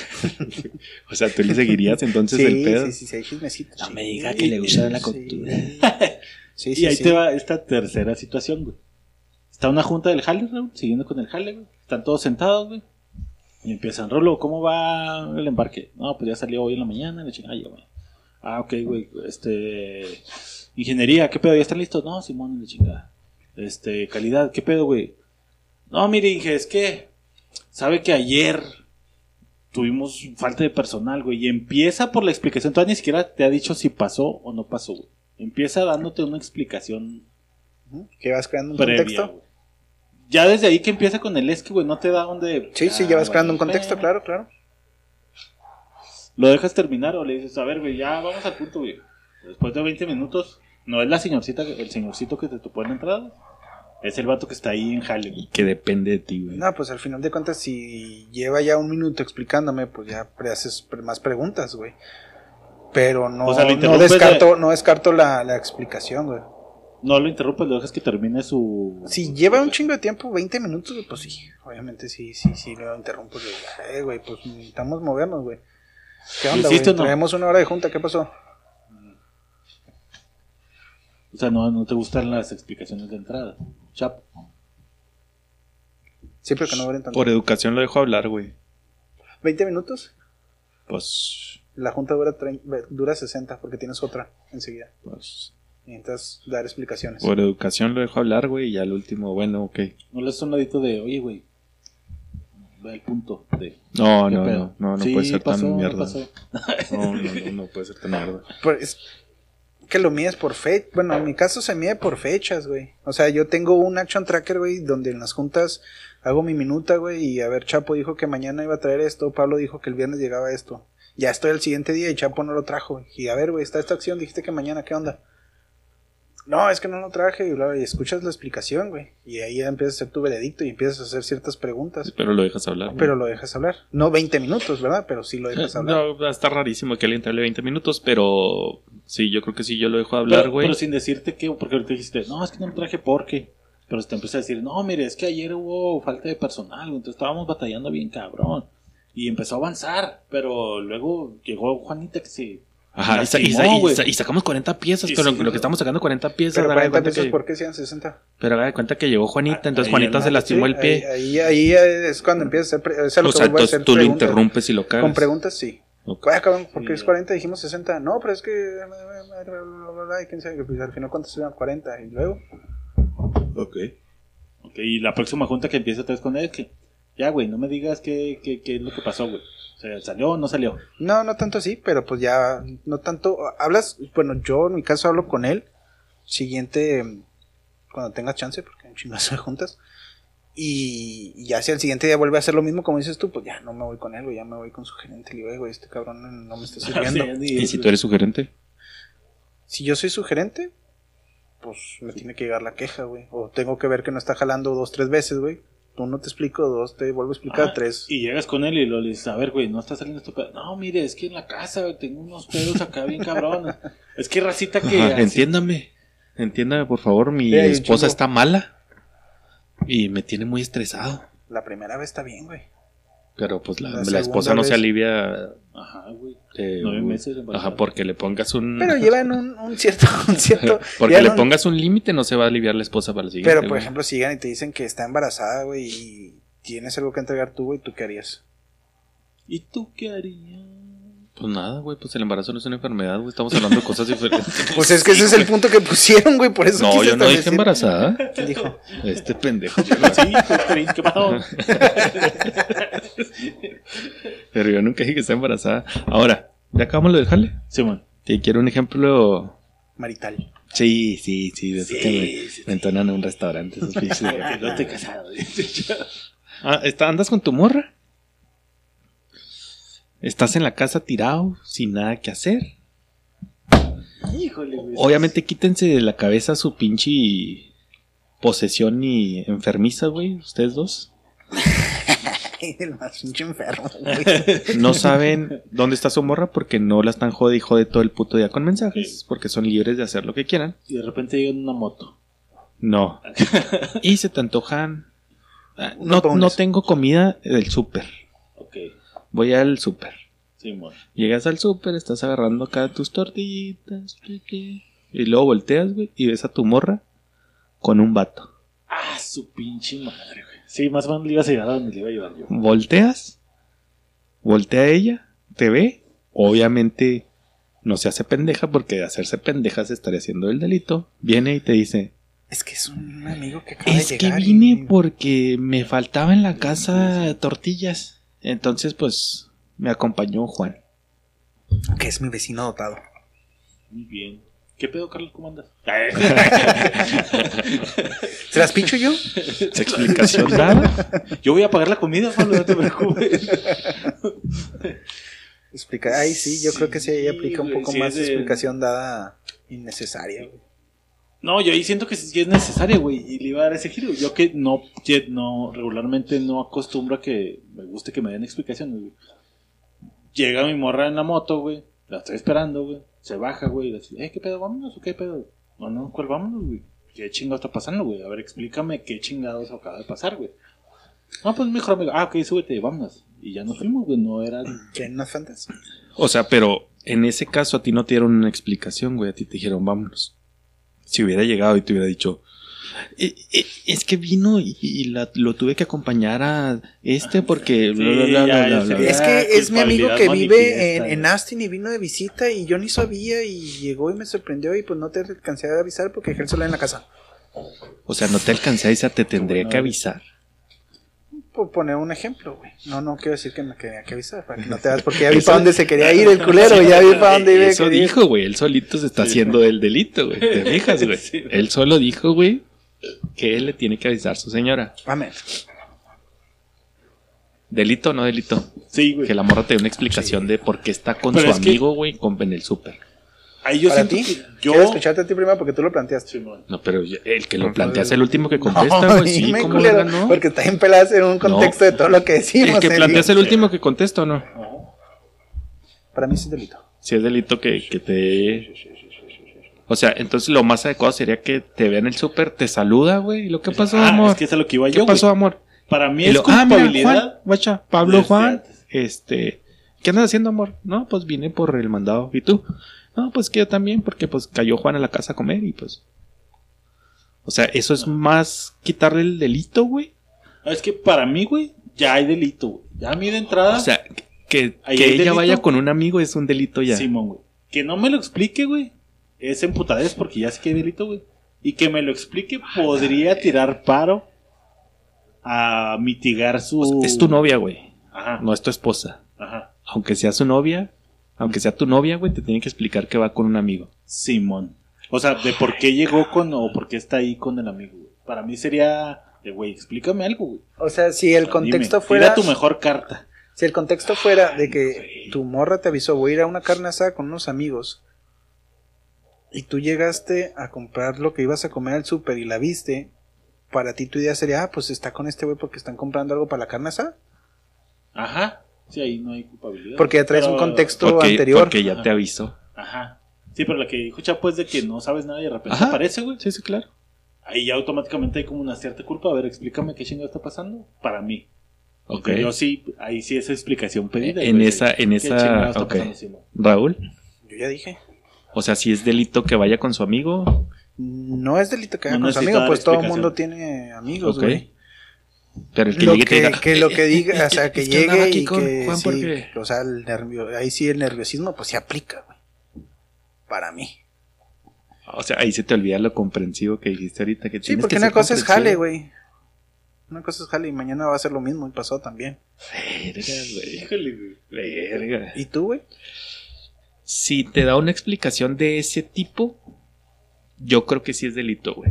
S2: <laughs> o sea, tú le seguirías entonces
S3: Sí,
S2: el pedo.
S3: sí, sí, sí, hay chismecito.
S2: No
S3: sí.
S2: me diga que le gusta la cultura.
S3: <laughs> Sí, sí,
S4: y ahí
S3: sí.
S4: te va esta tercera situación, güey. Está una junta del jale, Raúl, siguiendo con el jale, güey. Están todos sentados, güey. Y empiezan, Rolo, ¿cómo va el embarque? No, pues ya salió hoy en la mañana, la chingada, ya, güey. Ah, ok, güey, este... Ingeniería, ¿qué pedo? ¿Ya están listos? No, Simón, la chingada. Este, calidad, ¿qué pedo, güey? No, mire, Inge, es que... Sabe que ayer tuvimos falta de personal, güey. Y empieza por la explicación. Todavía ni siquiera te ha dicho si pasó o no pasó, güey. Empieza dándote una explicación
S3: Ujú, Que vas creando un
S4: previa.
S3: contexto.
S4: güey. Ya desde ahí que empieza con el es que, güey, no te da donde.
S3: Sí, sí,
S4: Ah,
S3: ya vas
S4: vale,
S3: creando un
S4: espera.
S3: contexto, claro, claro.
S4: ¿Lo dejas terminar o le dices, a ver, güey, ya vamos al punto, güey? Después de 20 minutos, no es la señorcita, el señorcito que te topó en la entrada. Es el vato que está ahí en Halle, güey.
S2: Que depende de ti, güey.
S3: No, pues al final de cuentas, si lleva ya un minuto explicándome, pues ya pre- haces pre- más preguntas, güey. Pero no,
S4: O sea, lo
S3: no
S4: interrumpes
S3: descarto, no descarto la, la explicación, güey.
S4: No lo interrumpes, lo dejas que termine su.
S3: Si lleva un chingo de tiempo, 20 minutos, güey, pues sí. Obviamente sí, sí, sí, lo interrumpo. Güey, Eh, güey, pues necesitamos movernos, güey. ¿Qué
S4: ¿Lo
S3: onda, güey?
S4: hiciste o no?
S3: Traemos una hora de junta, ¿qué pasó?
S4: O sea, no, no te gustan las explicaciones de entrada. Chapo.
S3: Siempre que no duren tanto.
S2: Por educación lo dejo hablar, güey.
S3: 20 minutos,
S2: Pues,
S3: la junta dura, trein- ve- dura 60 porque tienes otra enseguida.
S2: pues.
S3: Necesitas dar explicaciones.
S2: Por educación lo dejo hablar, güey. Y al último, bueno, ok.
S4: No le haces un ladito de, oye, güey. Va el punto de.
S2: No,
S4: ¿qué
S2: no,
S4: pedo?
S2: no, no, no
S4: Sí,
S2: puede ser
S4: pasó,
S2: tan
S4: no
S2: mierda.
S4: pasó.
S2: No, no, no, no puede ser tan <laughs> mierda.
S3: Pero es que lo mides por fecha. Bueno, en mi caso se mide por fechas, güey. O sea, yo tengo un action tracker, güey, donde en las juntas hago mi minuta, güey. Y a ver, Chapo dijo que mañana iba a traer esto. Pablo dijo que el viernes llegaba esto. Ya estoy al siguiente día y Chapo no lo trajo. güey. Y a ver, güey, está esta acción. Dijiste que mañana, ¿qué onda? No, es que no lo traje. Y, bla, bla, y escuchas la explicación, güey. Y ahí ya empiezas a hacer tu veredicto y empiezas a hacer ciertas preguntas.
S2: Pero lo dejas hablar. güey. <laughs>
S3: Pero lo dejas hablar. No 20 minutos, ¿verdad? Pero sí lo dejas hablar.
S2: No, va a estar rarísimo que alguien te hable 20 minutos, pero sí, yo creo que sí, yo lo dejo hablar,
S4: pero,
S2: güey.
S4: pero sin decirte que, porque ahorita dijiste, no, es que no me traje porque. Pero se te empieza a decir, no, mire, es que ayer hubo falta de personal, güey, entonces estábamos batallando bien cabrón. Y empezó a avanzar, pero luego llegó Juanita que se.
S2: Ajá, y, sa- y sa-
S4: Lastimó,
S2: y
S4: güey.
S2: sa- y sacamos 40 piezas,
S4: Sí,
S2: pero
S4: sí,
S2: lo
S4: güey.
S2: que estamos sacando 40 piezas.
S3: Pero
S2: haga de
S3: 40
S2: cuenta
S3: pesos,
S2: que-
S3: ¿por qué sean 60?
S2: Pero haga de cuenta que llegó Juanita, entonces
S4: Ahí
S2: Juanita
S4: el
S2: se lastimó
S3: Sí,
S2: el pie.
S3: Ahí, ahí, ahí es cuando empieza a hacer. pre- o sea, lo
S2: o
S3: que
S2: sea,
S3: vuelvo a
S2: entonces
S3: hacer
S2: tú lo
S3: preguntas.
S2: interrumpes y lo cagas.
S3: Con preguntas, sí.
S2: Ok.
S3: Ay, cabrón, ¿por qué
S4: Sí,
S3: es
S4: ya.
S3: 40? Dijimos 60. No, pero es que. eh, Y quién sabe, pues al final, ¿cuántos eran? 40. Y luego.
S4: Ok, y la próxima junta que empieza otra vez con él, que. Ya, güey, no me digas qué, qué, qué es lo que pasó, güey. O sea, ¿salió o
S2: <laughs>
S4: no salió?
S3: No, no tanto así, pero pues ya. No tanto. Hablas. Bueno, yo en mi caso hablo con él. Siguiente. mm, Cuando tengas chance, porque un chingazo de juntas. Y y ya si al siguiente día vuelve a hacer lo mismo como dices tú, pues ya no me voy con él, güey, ya me voy con su gerente. Le digo, "Ey, güey, este cabrón no me
S4: <laughs>
S3: está sirviendo.
S4: Sí, sí,
S2: ¿Y
S4: sí.
S2: si tú eres su gerente?
S3: si yo soy su gerente, pues me tiene que llegar la queja, güey. O tengo que ver que no está jalando dos, tres veces, güey. Uno te explico, dos te vuelvo a explicar,
S4: Ah,
S3: tres.
S4: Y llegas con él y lo le dices, a ver, güey, no está saliendo esto. No, mire, es que en la casa güey, tengo unos pedos acá bien
S2: <laughs>
S4: cabrones. es que racita que.
S2: Ajá,
S4: así-
S2: entiéndame. Entiéndame, por favor, mi
S3: Sí, hay un
S2: esposa
S3: chingo.
S2: está mala y me tiene muy estresado.
S3: La primera vez está bien,
S4: <laughs>
S3: güey.
S2: Pero pues la,
S3: La
S2: la
S3: segunda
S2: esposa no se
S3: vez.
S2: alivia.
S4: Ajá, güey.
S2: eh,
S4: Nueve meses
S2: Ajá,
S4: de embarazada.
S2: porque le pongas un.
S3: Pero
S2: <laughs>
S3: llevan un, un cierto, un cierto.
S2: Porque
S3: llevan
S2: le
S3: un-
S2: pongas un límite, no se va a aliviar la esposa para el siguiente.
S3: Pero por
S2: güey.
S3: ejemplo, si llegan y te dicen que está embarazada, güey, y tienes algo que entregar tú, güey, ¿tú qué
S2: <laughs>
S3: harías?
S4: ¿Y tú qué harías?
S2: Pues nada, güey, pues el embarazo no es una enfermedad, güey. Estamos hablando de
S3: <laughs>
S2: cosas diferentes.
S3: Pues es que ese es el punto que pusieron, güey, por eso
S2: No,
S3: quise
S2: yo no dije
S3: establecer.
S2: embarazada.
S3: ¿Quién dijo?
S2: Este pendejo.
S4: Sí, pues, Cris, ¿qué pasó?
S2: Pero yo nunca dije que está embarazada. Ahora, ya acabamos lo de jale.
S4: <laughs> Sí, man.
S2: Te quiero un ejemplo.
S3: Marital. <laughs>
S2: Sí, sí, sí, de esos
S4: Sí,
S2: que me,
S4: sí,
S2: me entonan en un
S3: <laughs>
S2: restaurante. Esos pinches de-
S4: No te he casado.
S2: Ah, está- ¿Andas con tu morra? Estás en la casa tirado, sin nada que hacer.
S4: <laughs> Híjole, güey.
S2: Obviamente quítense de la cabeza su pinche posesión y enfermiza, güey, ustedes dos.
S3: Ay, el más pinche enfermo, güey.
S2: <laughs> No saben dónde está su morra porque no la están jode y jode todo el puto día con mensajes, porque son libres de hacer lo que quieran.
S4: Y de repente llega en una moto.
S2: No. Y se te antojan. ah, No,
S3: Unos bones.
S2: no tengo comida del súper.
S4: Ok,
S2: Voy al súper.
S4: sí, amor.
S2: Llegas al súper, estás agarrando acá tus tortillitas. que, que, Y luego volteas, güey, y ves a tu morra con un vato.
S4: Ah, su pinche madre, güey. Sí, más o menos le ibas a llevar a donde le iba a llevar yo.
S2: Volteas, voltea a ella, te ve. Obviamente no se hace pendeja porque de hacerse pendeja se estaría haciendo el delito. Viene y te dice:
S3: Es que es un amigo que acaba
S2: Es
S3: de
S2: que
S3: llegar.
S2: vine porque me faltaba en la casa tortillas. Entonces, pues me
S3: <laughs>
S2: acompañó Juan.
S3: Que es mi vecino dotado.
S4: Muy bien. ¿Qué pedo, Carlos? ¿Cómo andas? <laughs>
S3: ¿Se las pincho yo?
S2: ¿Se explicación dada?
S4: Yo voy a pagar la comida, Pablo, no te preocupes.
S3: Explica... Ay, sí, yo creo que sí ahí
S4: Sí,
S3: aplica un
S4: güey,
S3: poco
S4: sí,
S3: más
S4: es
S3: de
S4: de-
S3: explicación dada innecesaria, güey.
S4: No, yo ahí siento que sí es necesario, güey, y le iba a dar ese giro. Yo que no, que no, regularmente no acostumbro a que me guste que me den explicaciones, güey. Llega mi morra en la moto, güey, la estoy esperando, güey, se baja, güey, y le dice, eh, ¿qué pedo, vámonos o qué pedo? No, no, ¿cuál vámonos, güey? ¿Qué chingado está pasando, güey? A ver, explícame qué chingados acaba de pasar, güey. No, pues mejor amigo, ah, ok, súbete, vámonos. Y ya nos fuimos, güey, no era...
S3: ¿Quieren unas fantas?
S2: O sea, pero en ese caso a ti no te dieron una explicación, güey. A ti te dijeron, vámonos. Si hubiera llegado y te hubiera dicho, "E- e- es que vino y, y la- lo tuve que acompañar a este porque...
S4: Sí,
S2: bla, bla, bla,
S4: ya,
S2: bla,
S4: ya
S2: bla,
S4: sé.
S2: bla".
S4: Ya,
S3: Es que es mi amigo
S4: culpabilidad
S3: que vive en,
S4: manifiesta,
S3: en
S4: güey.
S3: Astin y vino de visita y yo ni sabía y llegó y me sorprendió y pues no te alcancé a avisar porque dejé el celular en la casa.
S2: O sea, no te alcancé a avisar, te tendría
S4: Bueno,
S2: que avisar.
S3: Por poner un ejemplo, güey. No, no quiero decir que me tenía que avisar para que no te das <laughs> porque ya vi para dónde se quería ir el culero, ya vi para dónde iba. a
S2: Eso
S3: querer ir.
S2: dijo, güey. Él solito se está
S4: Sí.
S2: haciendo el delito, güey.
S4: <laughs>
S2: Te fijas, güey.
S4: Sí.
S2: Él solo dijo, güey, que él le tiene que avisar a su señora.
S3: Amén.
S2: ¿Delito o no delito?
S4: Sí, güey.
S2: Que la morra te dé una explicación de por qué está con
S4: Pero
S2: su
S4: es que-
S2: amigo, güey, con en el súper.
S4: Ahí yo
S3: Para
S4: siento
S3: ti,
S4: que yo...
S3: quiero escucharte a ti primero porque tú lo <laughs> planteaste.
S4: Simón.
S2: No, pero yo- el que lo
S3: No,
S2: plantea
S3: no,
S2: es el último que
S3: No,
S2: contesta, güey. Sí,
S3: dime,
S2: ¿cómo
S3: culero,
S2: verga no?
S3: Porque está en pelas en un contexto de todo lo que decimos.
S2: El que
S3: eh,
S2: plantea es
S3: digo.
S2: el último que contesta, ¿o no?
S4: No.
S3: Para mí sí es delito.
S2: Si es delito que, que te... O sea, entonces lo más adecuado sería que te vean el súper, te saluda, güey. ¿y ¿Lo que pasó,
S4: Ah,
S2: amor?
S4: es que es a lo que iba
S2: ¿Qué
S4: yo, güey.
S2: pasó, amor?
S4: Para mí
S2: Y
S4: es
S2: lo- ah, mira, Juan,
S4: culpabilidad.
S2: guacha, Pablo
S4: desde
S2: Juan,
S4: antes.
S2: este, ¿qué andas haciendo, amor? No, pues vine por el mandado. ¿Y tú? No, pues que yo también, porque pues cayó Juan a la casa a comer y pues... O sea, eso es más quitarle el delito, güey.
S4: No, es que para mí, güey, ya hay delito, güey. Ya a mí de entrada,
S2: O sea, que,
S4: Ahí
S2: que
S4: hay
S2: ella
S4: delito.
S2: vaya con un amigo es un delito ya.
S4: Simón, güey. Que no me lo explique, güey. Es emputadez porque ya sé que hay delito, güey. Y que me lo explique podría tirar paro a mitigar su...
S2: Pues, es tu novia, güey.
S4: Ajá,
S2: No es tu esposa.
S4: ajá.
S2: Aunque sea su novia, aunque sea tu novia, güey, te tiene que explicar que va con un amigo.
S4: Simón. O sea, de por qué llegó con o por qué está ahí con el amigo, güey. Para mí sería de, güey, explícame algo, güey.
S3: O sea, si el
S4: Dime,
S3: contexto
S4: tira
S3: fuera.
S4: tu mejor carta.
S3: Si el contexto fuera de que tu morra te avisó, voy a ir a una carne asada con unos amigos, y tú llegaste a comprar lo que ibas a comer al súper y la viste, para ti tu idea sería, ah, pues está con este güey porque están comprando algo para la carne asada.
S4: Ajá. Sí, ahí no hay culpabilidad.
S3: Porque ya traes un
S4: Pero-
S3: contexto
S2: Porque,
S3: anterior.
S2: porque ya te avisó.
S4: Ajá. Sí, pero la que dijo Chapo es de que no sabes nada y de repente
S2: Ajá.
S4: aparece, güey.
S2: Sí, sí, claro.
S4: Ahí ya automáticamente hay como una cierta culpa. A ver, explícame qué chingado está pasando. Para mí.
S2: Ok.
S4: Porque Yo sí, ahí sí esa explicación pedida.
S2: En
S4: güey,
S2: esa-
S4: de
S2: en
S4: qué
S2: esa-
S4: chingado está
S2: ok.
S4: pasando, Simón.
S2: Raúl,
S3: Yo ya dije.
S2: o sea, si es delito que vaya con su amigo,
S3: No es delito que haga
S4: No
S3: con su amigo,
S4: necesito dar
S3: pues todo el
S4: explicación.
S3: mundo tiene amigos,
S2: Ok.
S3: güey.
S2: pero el que
S3: lo
S2: llegue y te
S3: que,
S2: diga, "Eh,
S3: que lo que diga, o sea, que
S2: es que andaba
S3: llegue
S2: aquí
S3: y
S2: con
S3: que
S2: Juan
S3: sí,
S2: porque-
S3: o sea, el nervio, ahí sí el nerviosismo pues se aplica, güey. Para mí.
S2: o sea, ahí se te olvida lo comprensivo que dijiste ahorita que
S3: Sí,
S2: tienes
S3: porque
S2: que
S3: una
S2: ser
S3: cosa es jale,
S2: comprensivo.
S3: güey. Una cosa es jale y mañana va a ser lo mismo y pasado también.
S2: Verga,
S4: Híjole, güey.
S2: güey, verga.
S3: ¿Y tú, güey?
S2: Si te da una explicación de ese tipo, yo creo que sí es delito, güey.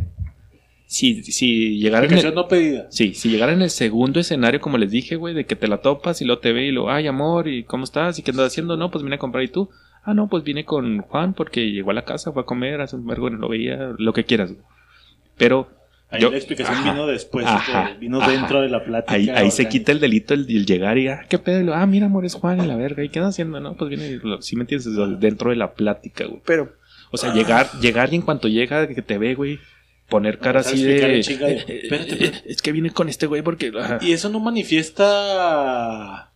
S2: Si, si llegara en el-
S4: Explicación no pedida.
S2: Sí, si llegara en el segundo escenario, como les dije, güey, de que te la topas y lo te ve y lo, ay, amor, ¿y cómo estás? ¿Y qué andas haciendo? No, pues vine a comprar y tú. Ah, no, pues vine con Juan porque llegó a la casa, fue a comer, hace un vergo, no lo veía, lo que quieras, güey. Pero
S4: Ahí
S2: Yo-
S4: la explicación
S2: ajá,
S4: vino después,
S2: ajá,
S4: pues, vino
S2: ajá.
S4: dentro de la plática.
S2: Ahí, ahí se
S4: orgánica.
S2: quita el delito el, el llegar y, ah, qué pedo, Y lo, ah, mira, amor, es Juan y la verga, ¿y qué andas haciendo? No, pues viene, y lo- sí me entiendes, O sea, dentro de la plática, güey.
S3: Pero
S2: O sea, llegar, llegar y en cuanto llega, que te ve, güey, poner cara
S4: Empezar a
S2: así de,
S4: explicar en chinga de,
S2: <laughs> "Eh, eh,
S4: "Espérate,
S2: eh,
S4: espérate".
S2: es que viene con este güey porque, ajá".
S4: Y eso no manifiesta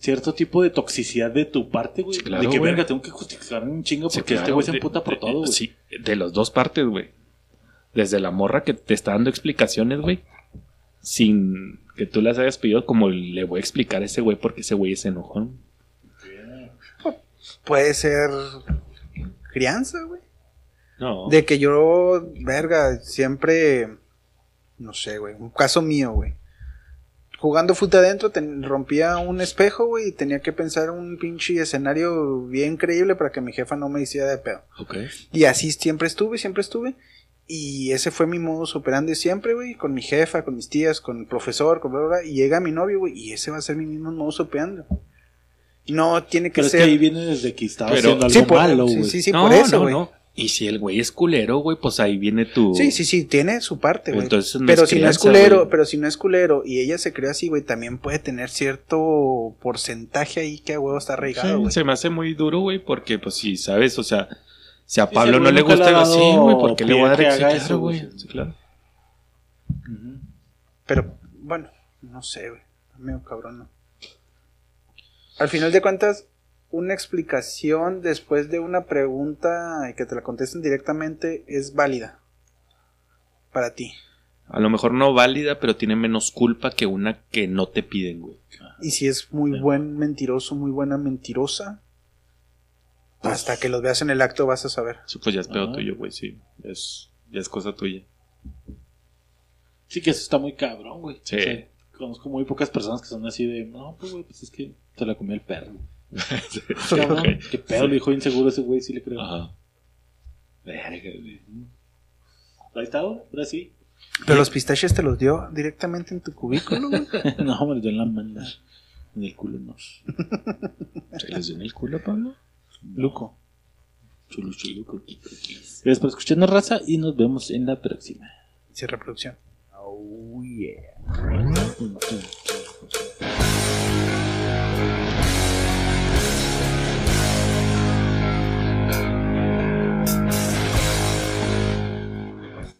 S4: cierto tipo de toxicidad de tu parte, güey.
S2: Sí, claro,
S4: de que
S2: güey.
S4: verga, tengo que justificar un chingo
S2: Sí,
S4: porque este
S2: claro,
S4: güey se
S2: de-
S4: emputa por
S2: de-
S4: todo, güey.
S2: Sí, de las dos partes, güey. Desde la morra que te está dando explicaciones, güey, sin que tú las hayas pedido, como le voy a explicar a ese güey porque ese güey es enojón.
S3: puede ser crianza, güey.
S2: No.
S3: De que yo, verga, siempre, no sé, güey, un caso mío, güey. Jugando fut adentro, ten- rompía un espejo, güey, y tenía que pensar un pinche escenario bien creíble para que mi jefa no me hiciera de pedo.
S2: Ok.
S3: Y así siempre estuve, siempre estuve. Y ese fue mi modus operandi siempre, güey, con mi jefa, con mis tías, con el profesor, con bla, bla, bla. Y llega mi novio, güey, y ese va a ser mi mismo modus operandi. No tiene que
S4: Pero es
S3: ser...
S4: que ahí viene desde que estaba
S2: Pero-
S4: haciendo algo
S3: sí, por,
S4: malo,
S3: sí,
S4: güey.
S3: sí, sí, por eso, güey.
S2: Y si el güey es culero, güey, pues ahí viene tu.
S3: Sí, sí, sí, tiene su parte, güey.
S2: Entonces no
S3: pero
S2: es
S3: si no es
S2: crianza,
S3: culero,
S2: güey.
S3: pero si no es culero y ella se creó así, güey, también puede tener cierto porcentaje ahí que a huevo está
S2: Sí,
S3: arraigado, güey.
S2: se me hace muy duro, güey, porque, pues, si sabes, o sea, si a
S4: Sí,
S2: Pablo
S4: ese
S2: no
S4: güey
S2: le
S4: nunca
S2: gusta
S4: le ha
S2: así,
S4: dado
S2: güey, porque le voy a dar
S4: pie a que
S2: sí,
S4: haga
S2: claro,
S4: eso, güey.
S2: güey, sí, claro.
S4: Ujú.
S3: Pero bueno, no sé, güey. Amigo cabrón, no. Al final de cuentas, una explicación después de una pregunta y que te la contesten directamente es válida para ti.
S2: A lo mejor no válida, pero tiene menos culpa que una que no te piden, güey.
S3: Y si es muy
S2: Sí.
S3: buen mentiroso, muy buena mentirosa, hasta que los veas en el acto vas a
S2: <laughs>
S3: saber.
S2: Eso, pues ya es pedo
S4: Ajá.
S2: tuyo, güey, sí. Ya es, ya es cosa tuya.
S4: Sí que eso está muy cabrón, güey.
S2: Sí.
S4: O sea, conozco muy pocas personas que son así de, no, pues, güey, pues es que se la comió el perro. <laughs> Cabrón,
S2: Ok.
S4: qué pedo, le dijo inseguro ese güey, sí le creo.
S2: Ajá. Verga, güey.
S4: Ahí está, güey, ahora sí.
S3: Pero los pistaches te los dio directamente en tu cubículo, güey.
S4: <laughs> no, me lo dio en la mano. En el culo, no.
S2: ¿Se les dio en el culo, Pablo?
S4: Luco.
S2: Chulo, chulo, coqui, coquis.
S4: Gracias por escucharnos, raza, y nos vemos en la próxima.
S3: Sin reproducción.
S4: Tum, tum.